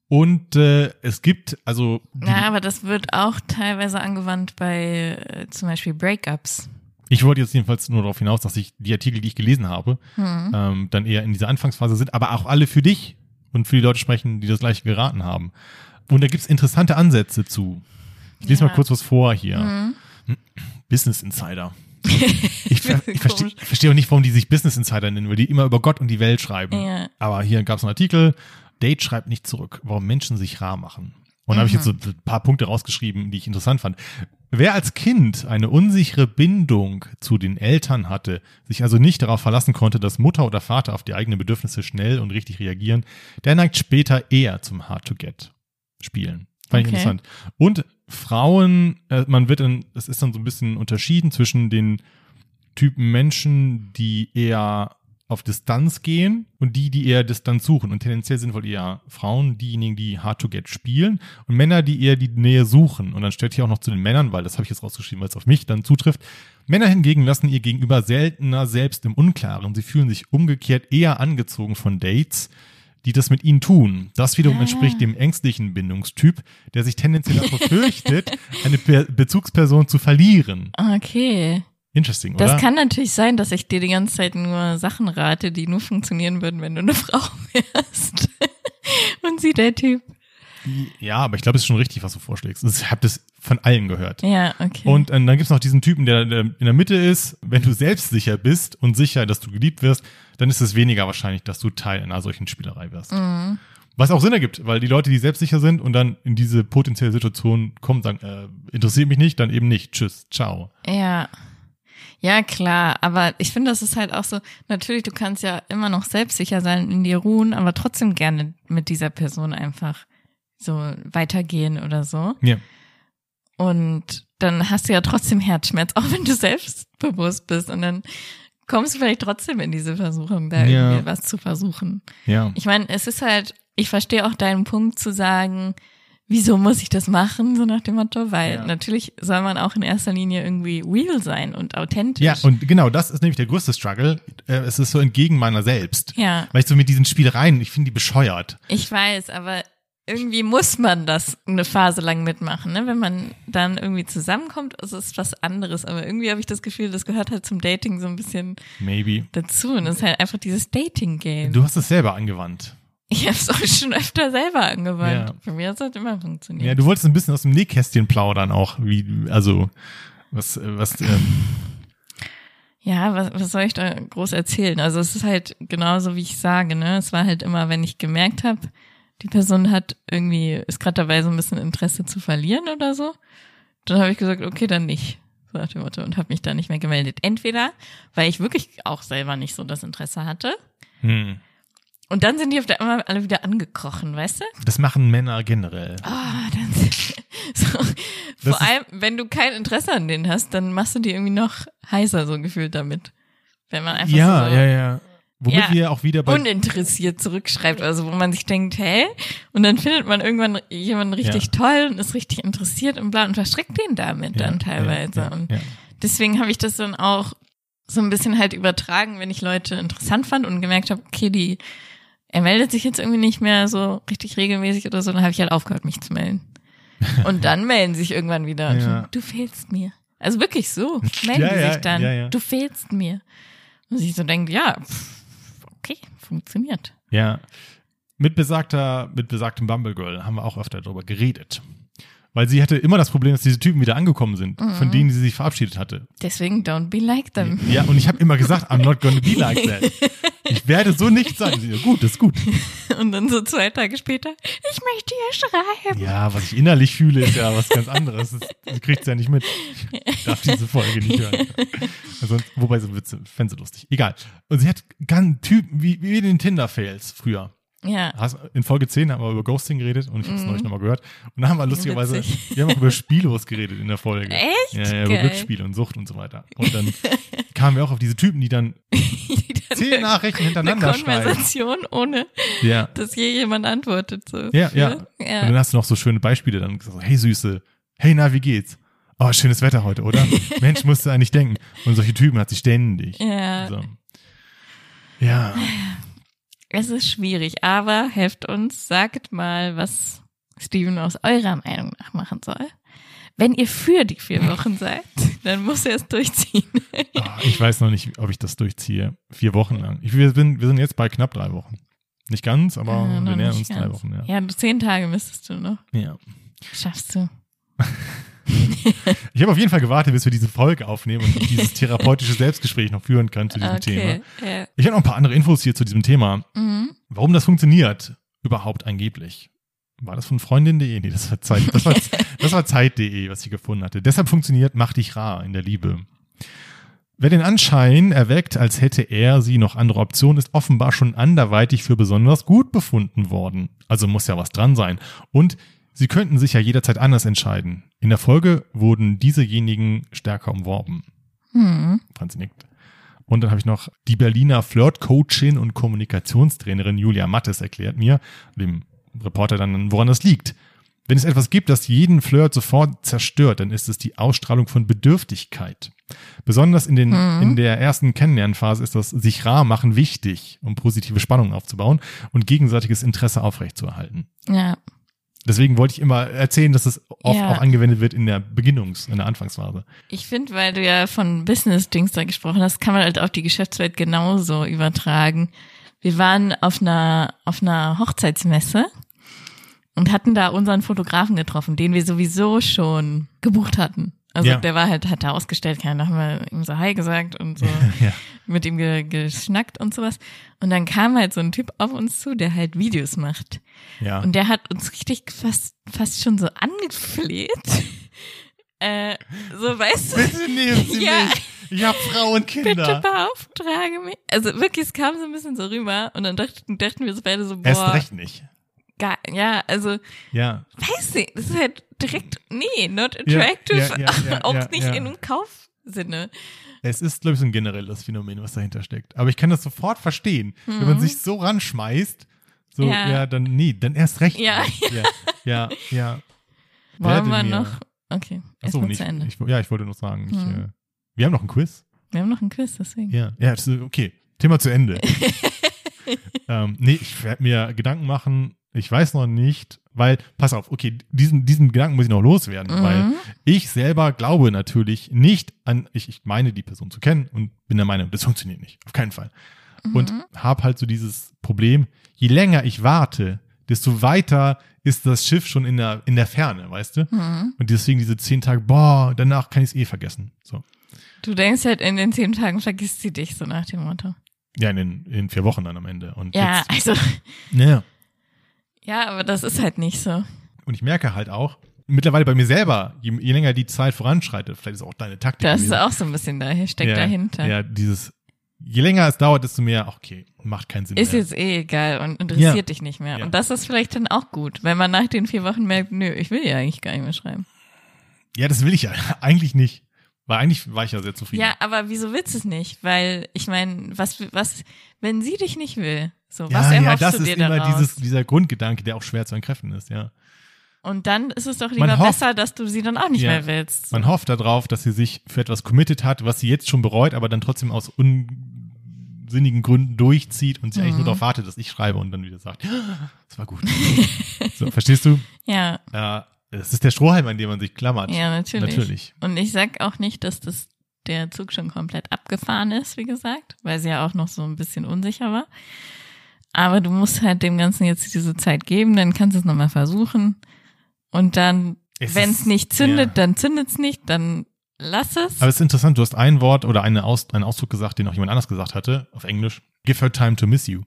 A: Und äh, es gibt, also die,
B: ja, aber das wird auch teilweise angewandt bei äh, zum Beispiel Breakups.
A: ich wollte jetzt jedenfalls nur darauf hinaus, dass ich die Artikel, die ich gelesen habe,
B: Hm.
A: ähm, dann eher in dieser Anfangsphase sind, aber auch alle für dich und für die Leute sprechen, die das gleiche geraten haben. Und da gibt's interessante Ansätze zu. Ich lese
B: Ja.
A: mal kurz was vor hier.
B: Hm.
A: Business Insider. Ich, ver ich verstehe
B: Komisch.
A: verstehe auch nicht, warum die sich Business Insider nennen, weil die immer über Gott und die Welt schreiben.
B: Ja.
A: Aber hier gab es einen Artikel, Date schreibt nicht zurück, warum Menschen sich rar machen. Und da habe ich jetzt so
B: Mhm.
A: ein paar Punkte rausgeschrieben, die ich interessant fand. Wer als Kind eine unsichere Bindung zu den Eltern hatte, sich also nicht darauf verlassen konnte, dass Mutter oder Vater auf die eigenen Bedürfnisse schnell und richtig reagieren, der neigt später eher zum Hard-to-Get spielen. Fand ich
B: Okay.
A: interessant. Und Frauen, äh, man wird dann, es ist dann so ein bisschen unterschieden zwischen den Typen Menschen, die eher auf Distanz gehen und die, die eher Distanz suchen. Und tendenziell sind wohl eher Frauen diejenigen, die hard to get spielen und Männer, die eher die Nähe suchen. Und dann stellt hier auch noch zu den Männern, weil das habe ich jetzt rausgeschrieben, weil es auf mich dann zutrifft. Männer hingegen lassen ihr Gegenüber seltener selbst im Unklaren. Sie fühlen sich umgekehrt eher angezogen von Dates, die das mit ihnen tun. Das wiederum
B: Ah.
A: entspricht dem ängstlichen Bindungstyp, der sich tendenziell davor fürchtet, eine Pe Bezugsperson zu verlieren.
B: Okay.
A: Interesting, oder?
B: Das kann natürlich sein, dass ich dir die ganze Zeit nur Sachen rate, die nur funktionieren würden, wenn du eine Frau wärst. Und sie der Typ.
A: Ja, aber ich glaube, es ist schon richtig, was du vorschlägst. Also, Ich habe das von allen gehört.
B: Ja, okay.
A: Und äh, dann gibt's noch diesen Typen, der, der in der Mitte ist. Wenn du selbstsicher bist und sicher, dass du geliebt wirst, dann ist es weniger wahrscheinlich, dass du Teil einer solchen Spielerei wirst.
B: Mhm.
A: Was auch Sinn ergibt, weil die Leute, die selbstsicher sind und dann in diese potenzielle Situation kommen, sagen, äh, interessiert mich nicht, dann eben nicht. Tschüss, ciao.
B: Ja. Ja, klar. Aber ich finde, das ist halt auch so, natürlich, du kannst ja immer noch selbstsicher sein, in dir ruhen, aber trotzdem gerne mit dieser Person einfach so weitergehen oder so.
A: Ja.
B: Und dann hast du ja trotzdem Herzschmerz, auch wenn du selbstbewusst bist. Und dann kommst du vielleicht trotzdem in diese Versuchung, da
A: Ja.
B: irgendwie was zu versuchen.
A: Ja.
B: Ich meine, es ist halt, ich verstehe auch deinen Punkt zu sagen, wieso muss ich das machen, so nach dem Motto, weil
A: Ja.
B: natürlich soll man auch in erster Linie irgendwie real sein und authentisch.
A: Ja, und genau, das ist nämlich der größte Struggle. Äh, es ist so entgegen meiner selbst.
B: ja,
A: Weil ich so mit diesen Spielereien, ich finde die bescheuert.
B: ich weiß, aber irgendwie muss man das eine Phase lang mitmachen. Ne? Wenn man dann irgendwie zusammenkommt, ist es was anderes. Aber irgendwie habe ich das Gefühl, das gehört halt zum Dating so ein bisschen
A: Maybe.
B: dazu. Und es ist halt einfach dieses Dating-Game.
A: Du hast es selber angewandt.
B: Ich habe es auch schon öfter selber angewandt.
A: Ja.
B: Bei mir hat es halt immer funktioniert.
A: Ja, du wolltest ein bisschen aus dem Nähkästchen plaudern auch, wie, also, was, äh, was, ähm,
B: Ja, was, was soll ich da groß erzählen? Also es ist halt genauso, wie ich sage, ne? Es war halt immer, wenn ich gemerkt habe, die Person hat irgendwie, ist gerade dabei, so ein bisschen Interesse zu verlieren oder so, dann habe ich gesagt, okay, dann nicht. So nach dem Motto und habe mich da nicht mehr gemeldet. Entweder, weil ich wirklich auch selber nicht so das Interesse hatte.
A: hm.
B: Und dann sind die auf der einmal alle wieder angekrochen, weißt du?
A: Das machen Männer generell.
B: Ah, dann so.
A: Das
B: Vor allem, wenn du kein Interesse an denen hast, dann machst du die irgendwie noch heißer so gefühlt damit. Wenn man einfach
A: ja,
B: so
A: ja, ja. Womit
B: Ja.
A: wir auch wieder bei
B: uninteressiert zurückschreibt, also wo man sich denkt, hey, und dann findet man irgendwann jemanden richtig
A: Ja.
B: toll und ist richtig interessiert und bla und verstrickt den damit
A: Ja,
B: dann teilweise.
A: Ja, ja,
B: Und
A: ja.
B: deswegen habe ich das dann auch so ein bisschen halt übertragen, wenn ich Leute interessant fand und gemerkt habe, okay, die, er meldet sich jetzt irgendwie nicht mehr so richtig regelmäßig oder so, dann habe ich halt aufgehört, mich zu melden. Und dann melden sich irgendwann wieder. Und
A: Ja.
B: so, du fehlst mir. Also wirklich so. Melden
A: Ja,
B: die
A: ja,
B: sich dann.
A: ja, ja.
B: Du fehlst mir. Und ich so denke, ja, pff, okay, funktioniert.
A: ja. Mit besagter, mit besagtem Bumble Girl haben wir auch öfter darüber geredet. Weil sie hatte immer das Problem, dass diese Typen wieder angekommen sind,
B: Mhm.
A: von denen sie sich verabschiedet hatte.
B: Deswegen don't be like them.
A: Ja, und ich habe immer gesagt, I'm not gonna be like that. Ich werde so nicht sein. Sie, Gut, ist gut.
B: Und dann so zwei Tage später, ich möchte ihr schreiben.
A: Ja, was ich innerlich fühle, ist ja was ganz anderes. Das, das kriegt's ja nicht mit. Ich darf diese Folge nicht hören. Sonst, wobei so Witze, fände sie lustig. Egal. Und sie hat ganz Typen, wie, wie den Tinder-Fails früher.
B: Ja.
A: Hast- In Folge 10 haben wir über Ghosting geredet und ich habe es neulich nochmal gehört. Und da haben wir lustigerweise,
B: Mhm. Witzig.
A: wir haben auch über Spielos geredet in der Folge.
B: Echt?
A: Ja, ja, über
B: Geil.
A: Glücksspiele und Sucht und so weiter. Und dann kamen wir auch auf diese Typen, die dann
B: Die dann
A: zehn Nachrichten
B: eine
A: hintereinander schreiben.
B: Konversation ohne
A: Ja.
B: dass je jemand antwortet. So.
A: Ja, ja. Und dann
B: ja.
A: hast du noch so schöne Beispiele dann gesagt, so, hey Süße, hey na, wie geht's? Oh, schönes Wetter heute, oder? Mensch, musst du eigentlich denken. Und solche Typen hat sie ständig.
B: Ja.
A: So. Ja,
B: Es ist schwierig, aber helft uns, sagt mal, was Steven aus eurer Meinung nach machen soll. Wenn ihr für die vier Wochen seid, dann muss er es durchziehen.
A: oh, ich weiß noch nicht, ob ich das durchziehe. Vier Wochen lang. Ich, wir, sind, wir sind jetzt bei knapp drei Wochen. Nicht ganz, aber
B: Ja, noch
A: wir nähern uns
B: nicht
A: drei
B: ganz.
A: Wochen. Ja.
B: Ja, du- zehn Tage müsstest du noch.
A: Ja.
B: Schaffst du.
A: Ich habe auf jeden Fall gewartet, bis wir diese Folge aufnehmen und ich dieses therapeutische Selbstgespräch noch führen kann zu diesem
B: Okay.
A: Thema.
B: Ja.
A: Ich habe noch ein paar andere Infos hier zu diesem Thema.
B: Mhm.
A: Warum das funktioniert, überhaupt angeblich. War das von Freundin.de? Nee, das war Zeit. Das war, das war Zeit.de, was ich gefunden hatte. Deshalb funktioniert Mach dich rar in der Liebe. Wer den Anschein erweckt, als hätte er sie noch andere Optionen, ist offenbar schon anderweitig für besonders gut befunden worden. Also muss ja was dran sein. Und sie könnten sich ja jederzeit anders entscheiden. In der Folge wurden diesejenigen stärker umworben.
B: Mhm.
A: Franz nickt. Und dann habe ich noch die Berliner Flirt-Coachin und Kommunikationstrainerin Julia Mattes erklärt mir, dem Reporter dann, woran das liegt. Wenn es etwas gibt, das jeden Flirt sofort zerstört, dann ist es die Ausstrahlung von Bedürftigkeit. Besonders in, den,
B: Mhm.
A: in der ersten Kennenlernphase ist das sich rar machen wichtig, um positive Spannung aufzubauen und gegenseitiges Interesse aufrechtzuerhalten.
B: Ja.
A: Deswegen wollte ich immer erzählen, dass es oft
B: Ja.
A: auch angewendet wird in der Beginnungs-, in der Anfangsphase.
B: Ich finde, weil du ja von Business-Dings da gesprochen hast, kann man halt auf die Geschäftswelt genauso übertragen. Wir waren auf einer, auf einer Hochzeitsmesse und hatten da unseren Fotografen getroffen, den wir sowieso schon gebucht hatten. Also
A: Ja.
B: der war halt, hat da ausgestellt, keine Ahnung, haben wir ihm so Hi gesagt und so
A: Ja.
B: mit ihm ge geschnackt und sowas. Und dann kam halt so ein Typ auf uns zu, der halt Videos macht.
A: Ja.
B: Und der hat uns richtig fast, fast schon so angefleht. äh, so weißt du,
A: Bitte nehmen Sie
B: Ja.
A: mich. Ich habe Frau und
B: bitte
A: Kinder.
B: beauftrage mich. Also wirklich, es kam so ein bisschen so rüber und dann dachten, dachten wir so beide so,
A: Erst
B: boah,
A: recht nicht.
B: geil. ja, also
A: Ja.
B: weiß nicht, das ist halt direkt, nee, not
A: Ja,
B: attractive,
A: ja, ja, ja,
B: auch
A: ja,
B: nicht
A: ja.
B: in einem Kaufsinne.
A: Es ist, glaube ich, so ein generelles Phänomen, was dahinter steckt. Aber ich kann das sofort verstehen. Wenn man sich so ranschmeißt, so, ja,
B: Mhm. Ja.
A: dann nee, dann erst recht.
B: Ja.
A: nicht. ja, ja. ja. Werde
B: Wollen wir
A: mir-
B: noch? Okay,
A: Achso,
B: erstmal
A: nicht.
B: zu Ende.
A: Ich, ja, ich wollte noch sagen, ich,
B: Mhm.
A: äh, wir haben noch ein Quiz.
B: Wir haben noch einen Quiz, deswegen.
A: Ja, ja, das ist okay. Thema zu Ende. ähm, nee, ich werde mir Gedanken machen, Ich weiß noch nicht, weil, pass auf, okay, diesen, diesen Gedanken muss ich noch loswerden,
B: Mhm.
A: weil ich selber glaube natürlich nicht an, ich, ich meine die Person zu kennen und bin der Meinung, das funktioniert nicht, auf keinen Fall. Und
B: Mhm.
A: habe halt so dieses Problem, je länger ich warte, desto weiter ist das Schiff schon in der, in der Ferne, weißt du?
B: Mhm.
A: Und deswegen diese zehn Tage, boah, danach kann ich es eh vergessen. So.
B: Du denkst halt, in den zehn Tagen vergisst sie dich, so nach dem Motto.
A: Ja, in, den, in vier Wochen dann am Ende. Und
B: Ja,
A: jetzt,
B: also,
A: ja.
B: ja, aber das ist halt nicht so.
A: Und ich merke halt auch, mittlerweile bei mir selber, je, je länger die Zeit voranschreitet, vielleicht ist auch deine Taktik.
B: Das ist
A: gewesen.
B: auch so ein bisschen daher, steckt
A: ja,
B: dahinter.
A: Ja, dieses, je länger es dauert, desto mehr, ach, okay, macht keinen Sinn
B: Ist
A: mehr.
B: jetzt eh egal und interessiert
A: Ja.
B: dich nicht mehr.
A: Ja.
B: Und das ist vielleicht dann auch gut, wenn man nach den vier Wochen merkt, nö, ich will ja eigentlich gar nicht mehr schreiben.
A: Ja, das will ich ja eigentlich nicht. Weil eigentlich war ich ja sehr zufrieden.
B: Ja, aber wieso willst du es nicht? Weil, ich meine, was, was, wenn sie dich nicht will, so,
A: ja,
B: was
A: ja
B: erhoffst
A: das
B: du
A: ist
B: dir
A: immer
B: daraus?
A: dieses, dieser Grundgedanke, der auch schwer zu entkräften ist, ja.
B: und dann ist es doch
A: Man
B: lieber
A: hofft-
B: besser, dass du sie dann auch nicht
A: Ja.
B: mehr willst.
A: Man hofft darauf, dass sie sich für etwas committed hat, was sie jetzt schon bereut, aber dann trotzdem aus unsinnigen Gründen durchzieht und sie
B: Mhm.
A: eigentlich nur darauf wartet, dass ich schreibe und dann wieder sagt, "Ah, das war gut. so, verstehst du?
B: ja,
A: Äh, das ist der Strohhalm, an dem man sich klammert.
B: ja, natürlich.
A: Natürlich.
B: Und ich sag auch nicht, dass das der Zug schon komplett abgefahren ist, wie gesagt, weil sie ja auch noch so ein bisschen unsicher war. Aber du musst halt dem Ganzen jetzt diese Zeit geben, dann kannst du es nochmal versuchen. Und dann,
A: Es
B: wenn
A: ist-
B: es nicht zündet,
A: ja.
B: dann zündet es nicht, dann lass es.
A: Aber es ist interessant, du hast ein Wort oder eine Aus, einen Ausdruck gesagt, den auch jemand anders gesagt hatte, auf Englisch. Give her time to miss you.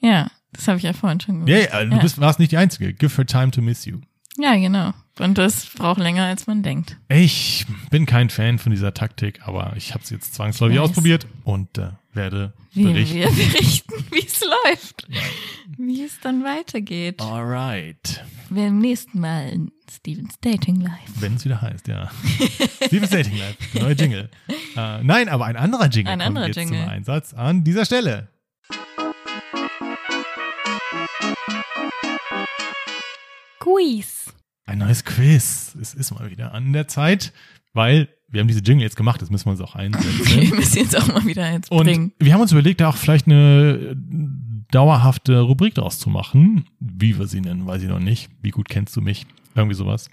B: ja, das habe ich ja vorhin schon
A: Ja,
B: gesagt.
A: ja, du bist, warst nicht die Einzige. Give her time to miss you.
B: Ja, genau. Und das braucht länger, als man denkt.
A: Ich bin kein Fan von dieser Taktik, aber ich habe sie jetzt zwangsläufig
B: Nice.
A: ausprobiert und äh, werde
B: Wie
A: berichten.
B: wir berichten, wie es läuft. Wie es dann weitergeht.
A: Alright.
B: Beim nächsten Mal in Stevens Dating Life.
A: Wenn es wieder heißt, ja. Liebes Dating Live, der neue Jingle. Äh, nein, aber ein anderer Jingle
B: Ein
A: kommt
B: anderer
A: jetzt
B: Jingle.
A: zum Einsatz an dieser Stelle.
B: Quiz.
A: Ein neues Quiz. Es ist mal wieder an der Zeit, weil wir haben diese Jingle jetzt gemacht, jetzt müssen wir uns auch einsetzen.
B: Wir müssen jetzt auch mal wieder eins
A: Und
B: bringen.
A: wir haben uns überlegt, da auch vielleicht eine äh, dauerhafte Rubrik draus zu machen. Wie wir sie nennen, weiß ich noch nicht. Wie gut kennst du mich? Irgendwie sowas.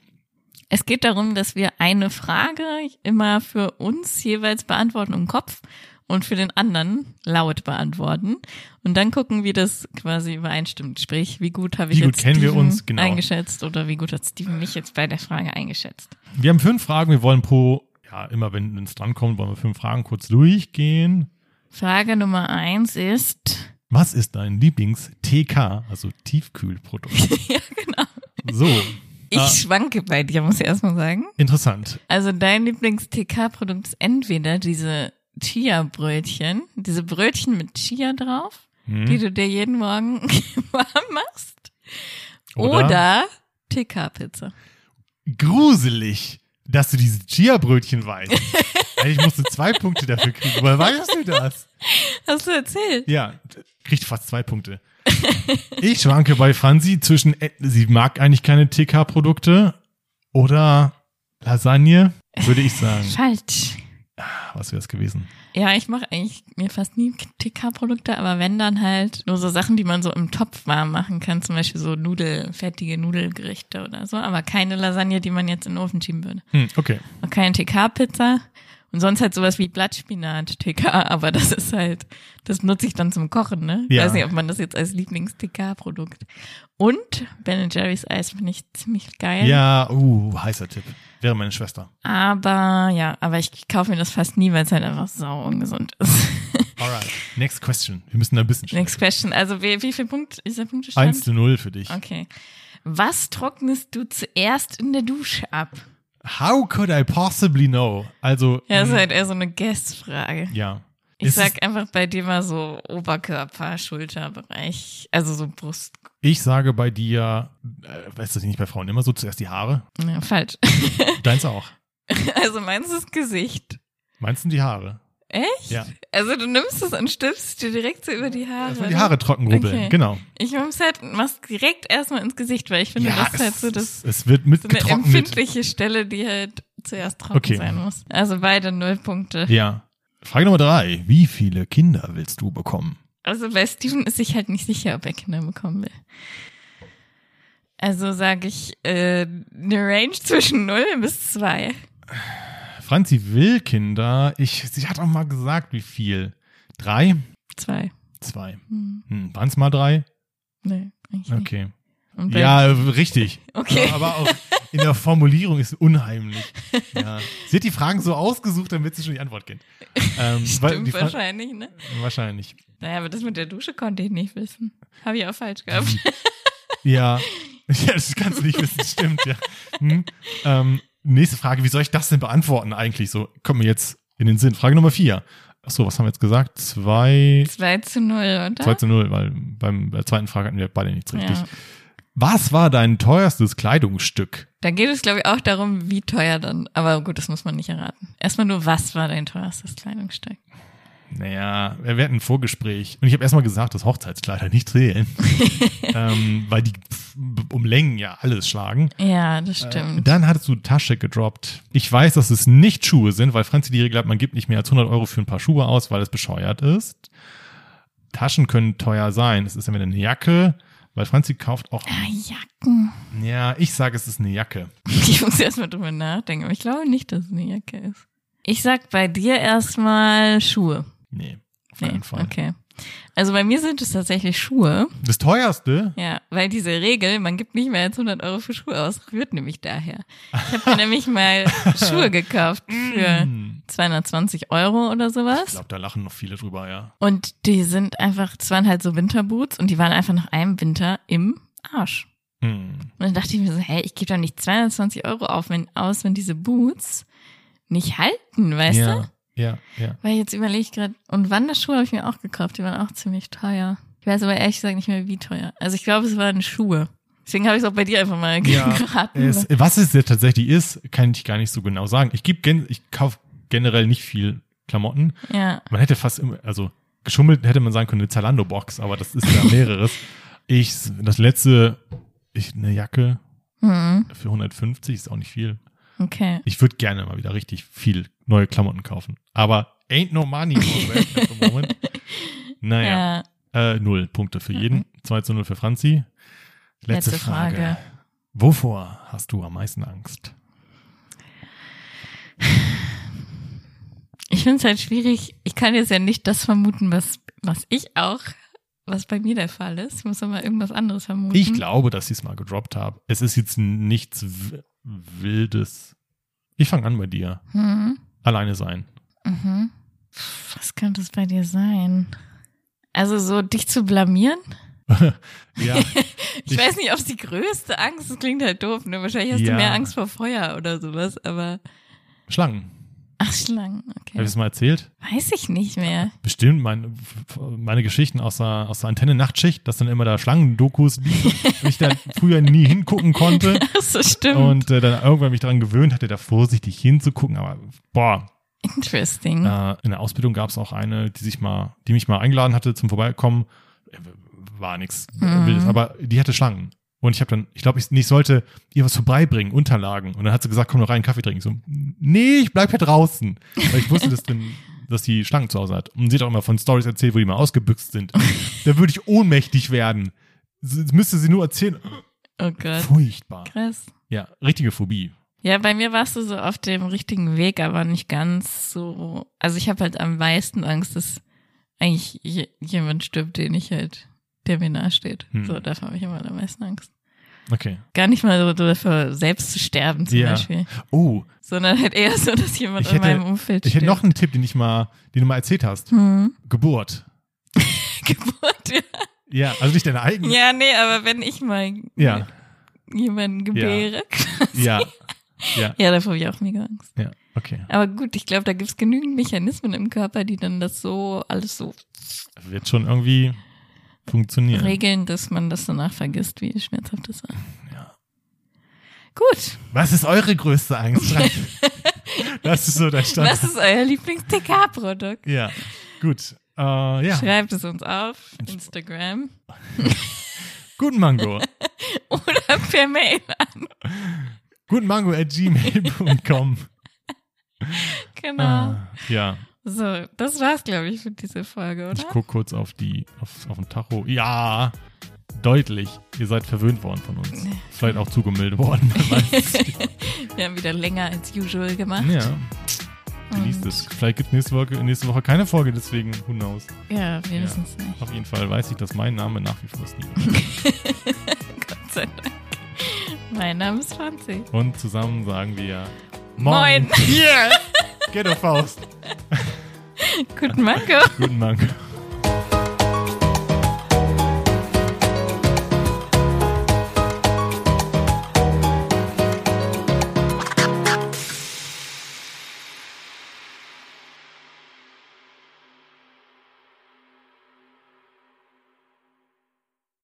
B: Es geht darum, dass wir eine Frage immer für uns jeweils beantworten im Kopf und für den anderen laut beantworten. Und dann gucken, wie das quasi übereinstimmt. Sprich, wie gut habe ich
A: Wie gut
B: jetzt
A: kennen wir
B: Steven
A: uns, genau.
B: eingeschätzt oder wie gut hat Steven mich jetzt bei der Frage eingeschätzt.
A: Wir haben fünf Fragen. Wir wollen pro, ja, immer wenn es drankommt, wollen wir fünf Fragen kurz durchgehen.
B: Frage Nummer eins ist,
A: Was ist dein Lieblings-TK, also Tiefkühlprodukt?
B: ja genau,
A: So,
B: ich
A: Ah.
B: schwanke bei dir, muss ich erstmal sagen.
A: interessant.
B: Also dein Lieblings-TK-Produkt ist entweder diese Chia-Brötchen, diese Brötchen mit Chia drauf. die
A: Hm.
B: du dir jeden Morgen warm machst.
A: Oder?
B: Oder, TK-Pizza.
A: Gruselig, dass du diese Chia-Brötchen weißt. Ey, ich musste zwei Punkte dafür kriegen. Woher weißt du das?
B: Hast du erzählt?
A: Ja, t- kriegt fast zwei Punkte. Ich schwanke bei Franzi zwischen, äh, sie mag eigentlich keine TK-Produkte oder Lasagne, würde ich sagen.
B: Falsch.
A: Was wäre es gewesen?
B: Ja, ich mache eigentlich mir fast nie TK-Produkte, aber wenn dann halt nur so Sachen, die man so im Topf warm machen kann, zum Beispiel so Nudel, fertige Nudelgerichte oder so, aber keine Lasagne, die man jetzt in den Ofen schieben würde.
A: Hm, okay.
B: Und keine TK-Pizza. Und sonst halt sowas wie Blattspinat, TK, aber das ist halt, das nutze ich dann zum Kochen, ne? Ich
A: Ja.
B: weiß nicht, ob man das jetzt als Lieblings-TK-Produkt. Und Ben Jerry's Eis finde ich ziemlich geil.
A: Ja, uh, heißer Tipp. Wäre meine Schwester.
B: Aber ja, aber ich kaufe mir das fast nie, weil es halt einfach sau ungesund ist.
A: Alright. Next question. Wir müssen da ein bisschen
B: Next question. Also wie, wie viel Punkt ist der Punktestand?
A: 1 zu 0 für dich.
B: Okay. Was trocknest du zuerst in der Dusche ab?
A: How could I possibly know? Also,
B: Ja, das ist
A: mh,
B: halt eher so eine Guess-Frage.
A: ja.
B: Ich
A: Es ist-
B: sag einfach bei dir mal so Oberkörper, Schulterbereich, also so Brust.
A: ich sage bei dir, äh, weißt du das nicht bei Frauen immer so, zuerst die Haare?
B: Ja, ne, falsch.
A: Deins auch.
B: Also meins ist Gesicht.
A: Meinst du die Haare?
B: Echt?
A: Ja.
B: Also du nimmst es und stippst dir direkt so über die Haare.
A: Erstmal die Haare trocken rubbeln,
B: Also Okay.
A: genau.
B: Ich mach's halt, mach's direkt erstmal ins Gesicht, weil ich finde, das ist halt so das
A: es, es wird mit
B: so eine
A: getrocknet.
B: empfindliche Stelle, die halt zuerst trocken
A: Okay.
B: sein muss. Also beide null Punkte.
A: Ja. Frage Nummer drei. Wie viele Kinder willst du bekommen?
B: Also bei Steven ist sich halt nicht sicher, ob er Kinder bekommen will. Also sage ich äh, eine Range zwischen 0 bis 2.
A: Franzi will Kinder. Ich, sie hat auch mal gesagt, wie viel. Drei?
B: 2.
A: Zwei.
B: Hm,
A: Hm, Waren es mal drei?
B: nee, eigentlich nicht.
A: Okay.
B: Und bei-
A: Ja, richtig.
B: Okay.
A: Ja, aber auch in der Formulierung ist unheimlich. Ja. Sie hat die Fragen so ausgesucht, damit sie schon die Antwort kennt. Ähm, weil
B: Stimmt
A: die Fra-
B: wahrscheinlich, ne?
A: wahrscheinlich.
B: Naja, aber das mit der Dusche konnte ich nicht wissen. Habe ich auch falsch gehabt.
A: Ja. ja, das kannst du nicht wissen, stimmt, ja. Hm. Ähm, nächste Frage, wie soll ich das denn beantworten eigentlich? So, kommt mir jetzt in den Sinn. Frage Nummer vier. Achso, was haben wir jetzt gesagt? Zwei,
B: 2 zu 0, oder?
A: zwei zu null, weil beim, bei der zweiten Frage hatten wir beide nichts richtig.
B: Ja.
A: Was war dein teuerstes Kleidungsstück?
B: Da geht es, glaube ich, auch darum, wie teuer dann. Aber gut, das muss man nicht erraten. Erstmal nur, was war dein teuerstes Kleidungsstück?
A: Naja, wir wir hatten ein Vorgespräch und ich habe erstmal gesagt, dass Hochzeitskleider nicht zählen, ähm, weil die pf, um Längen ja alles schlagen.
B: Ja, das
A: Äh,
B: stimmt.
A: Dann hattest du Tasche gedroppt. Ich weiß, dass es nicht Schuhe sind, weil Franzi die Regel hat, man gibt nicht mehr als 100 Euro für ein paar Schuhe aus, weil es bescheuert ist. Taschen können teuer sein. Es ist entweder eine Jacke, weil Franzi kauft auch.
B: ah, Jacken.
A: Ja, ich sage, es ist eine Jacke.
B: Ich muss erstmal drüber nachdenken, aber ich glaube nicht, dass es eine Jacke ist. Ich sag bei dir erstmal Schuhe.
A: Nee, auf
B: Nee,
A: keinen Fall.
B: okay. Also bei mir sind es tatsächlich Schuhe.
A: Das teuerste?
B: Ja, weil diese Regel, man gibt nicht mehr als 100 Euro für Schuhe aus, rührt nämlich daher. Ich habe mir nämlich mal Schuhe gekauft für
A: Hm.
B: 220 Euro oder
A: Ich
B: sowas.
A: glaube, da lachen noch viele drüber, ja.
B: Und die sind einfach, das waren halt so Winterboots und die waren einfach nach einem Winter im Arsch.
A: Hm.
B: Und dann dachte ich mir so, hey, ich gebe doch nicht 220 Euro auf, wenn, aus, wenn diese Boots nicht halten, weißt
A: ja,
B: du?
A: ja, ja.
B: Weil jetzt überlege ich gerade, und Wanderschuhe habe ich mir auch gekauft, die waren auch ziemlich teuer. Ich weiß aber ehrlich gesagt nicht mehr, wie teuer. Also ich glaube, es waren Schuhe. Deswegen habe ich es auch bei dir einfach mal
A: Ja,
B: geraten.
A: Es, was es jetzt tatsächlich ist, kann ich gar nicht so genau sagen. Ich gebe gen, ich kaufe generell nicht viel Klamotten.
B: ja.
A: Man hätte fast immer, also geschummelt hätte man sagen können, eine Zalando-Box, aber das ist ja mehreres. ich, das letzte, ich, eine Jacke
B: Hm,
A: für 150 ist auch nicht viel.
B: okay.
A: Ich würde gerne mal wieder richtig viel neue Klamotten kaufen. Aber ain't no money for that at the moment. Naja,
B: Ja.
A: äh, null Punkte für jeden. 2 zu 0 für Franzi. Letzte,
B: Letzte
A: Frage.
B: Frage.
A: Frage. Wovor hast du am meisten Angst?
B: Ich finde es halt schwierig. Ich kann jetzt ja nicht das vermuten, was, was ich auch, was bei mir der Fall ist. Ich muss doch mal irgendwas anderes vermuten.
A: Ich glaube, dass ich es mal gedroppt habe. Es ist jetzt nichts w- Wildes. Ich fange an bei dir.
B: Hm.
A: Alleine sein.
B: Mhm. Pff, Was könnte es bei dir sein? Also so dich zu blamieren?
A: Ja,
B: Ich,
A: Ich-
B: weiß nicht, ob es die größte Angst, das klingt halt doof, ne? Wahrscheinlich hast
A: Ja.
B: du mehr Angst vor Feuer oder sowas, aber
A: Schlangen.
B: ach Schlangen,
A: Habe
B: okay.
A: ich Also es mal erzählt?
B: Weiß ich nicht mehr.
A: Bestimmt mein, f- meine Geschichten aus der, aus der Antenne-Nachtschicht, dass dann immer da Schlangendokus liefen und ich da früher nie hingucken konnte.
B: Ach so, stimmt.
A: Und äh, dann irgendwann mich daran gewöhnt hatte, da vorsichtig hinzugucken. Aber boah,
B: Interesting.
A: Äh, in der Ausbildung gab es auch eine, die sich mal, die mich mal eingeladen hatte zum Vorbeikommen. Äh, War nichts
B: Mhm.
A: Wildes, aber die hatte Schlangen. Und ich habe dann, ich glaube, ich, ich sollte ihr was vorbeibringen, Unterlagen. Und dann hat sie gesagt, komm noch rein, einen Kaffee trinken. Ich So, nee, ich bleib hier draußen. Weil ich wusste, dass, denn, dass die Schlangen zu Hause hat. Und sie hat auch immer von Stories erzählt, wo die mal ausgebüxt sind. da würde ich ohnmächtig werden. S- Müsste sie nur erzählen.
B: Oh Gott,
A: Furchtbar.
B: krass.
A: Ja, richtige Phobie.
B: Ja, bei mir warst du so auf dem richtigen Weg, aber nicht ganz so. Also ich habe halt am meisten Angst, dass eigentlich je, jemand stirbt, den ich halt, der mir nahe steht.
A: Hm.
B: So, davon habe ich immer am meisten Angst.
A: Okay.
B: Gar nicht mal so dafür, selbst zu sterben zum
A: Ja.
B: Beispiel.
A: Oh,
B: Sondern halt eher so, dass jemand
A: Ich
B: in
A: hätte-
B: meinem Umfeld
A: ich
B: stirbt.
A: hätte noch einen Tipp, den ich mal, den du mal erzählt hast.
B: hm.
A: Geburt.
B: Geburt. Ja.
A: Ja, also nicht deine eigene.
B: ja, nee, aber wenn ich mal
A: Ja,
B: jemanden gebäre.
A: ja, ja,
B: Ja, davor habe ich auch mega Angst.
A: ja, okay.
B: Aber gut, ich glaube, da gibt's genügend Mechanismen im Körper, die dann das so alles so
A: Wird schon irgendwie funktionieren.
B: regeln, dass man das danach vergisst, wie schmerzhaft das war.
A: Ja.
B: Gut,
A: Was ist eure größte Angst? das ist so der Stand.
B: was ist euer Lieblings-TK-Produkt?
A: Ja, gut. Äh, ja,
B: Schreibt es uns auf Instagram
A: guten Mango.
B: oder per Mail.
A: Guten Mango at gmail.com.
B: Genau.
A: Ah, ja,
B: So, das war's, glaube ich, für diese Folge,
A: ich
B: oder?
A: guck kurz auf die, auf, auf den Tacho. Ja, deutlich, ihr seid verwöhnt worden von uns. Ist Vielleicht auch zugemüllt worden. wer weiß.
B: Wir haben wieder länger als usual gemacht.
A: ja, genießt es. Vielleicht gibt es nächste Woche, nächste Woche keine Folge, deswegen, who knows.
B: Ja, wenigstens nicht.
A: Auf jeden Fall weiß ich, dass mein Name nach wie vor Steven ist.
B: Gott sei Dank. Mein Name ist Franzi.
A: Und zusammen sagen wir
B: Moin.
A: Yes! Geht auf Faust.
B: Guten Mango.
A: Guten Morgen.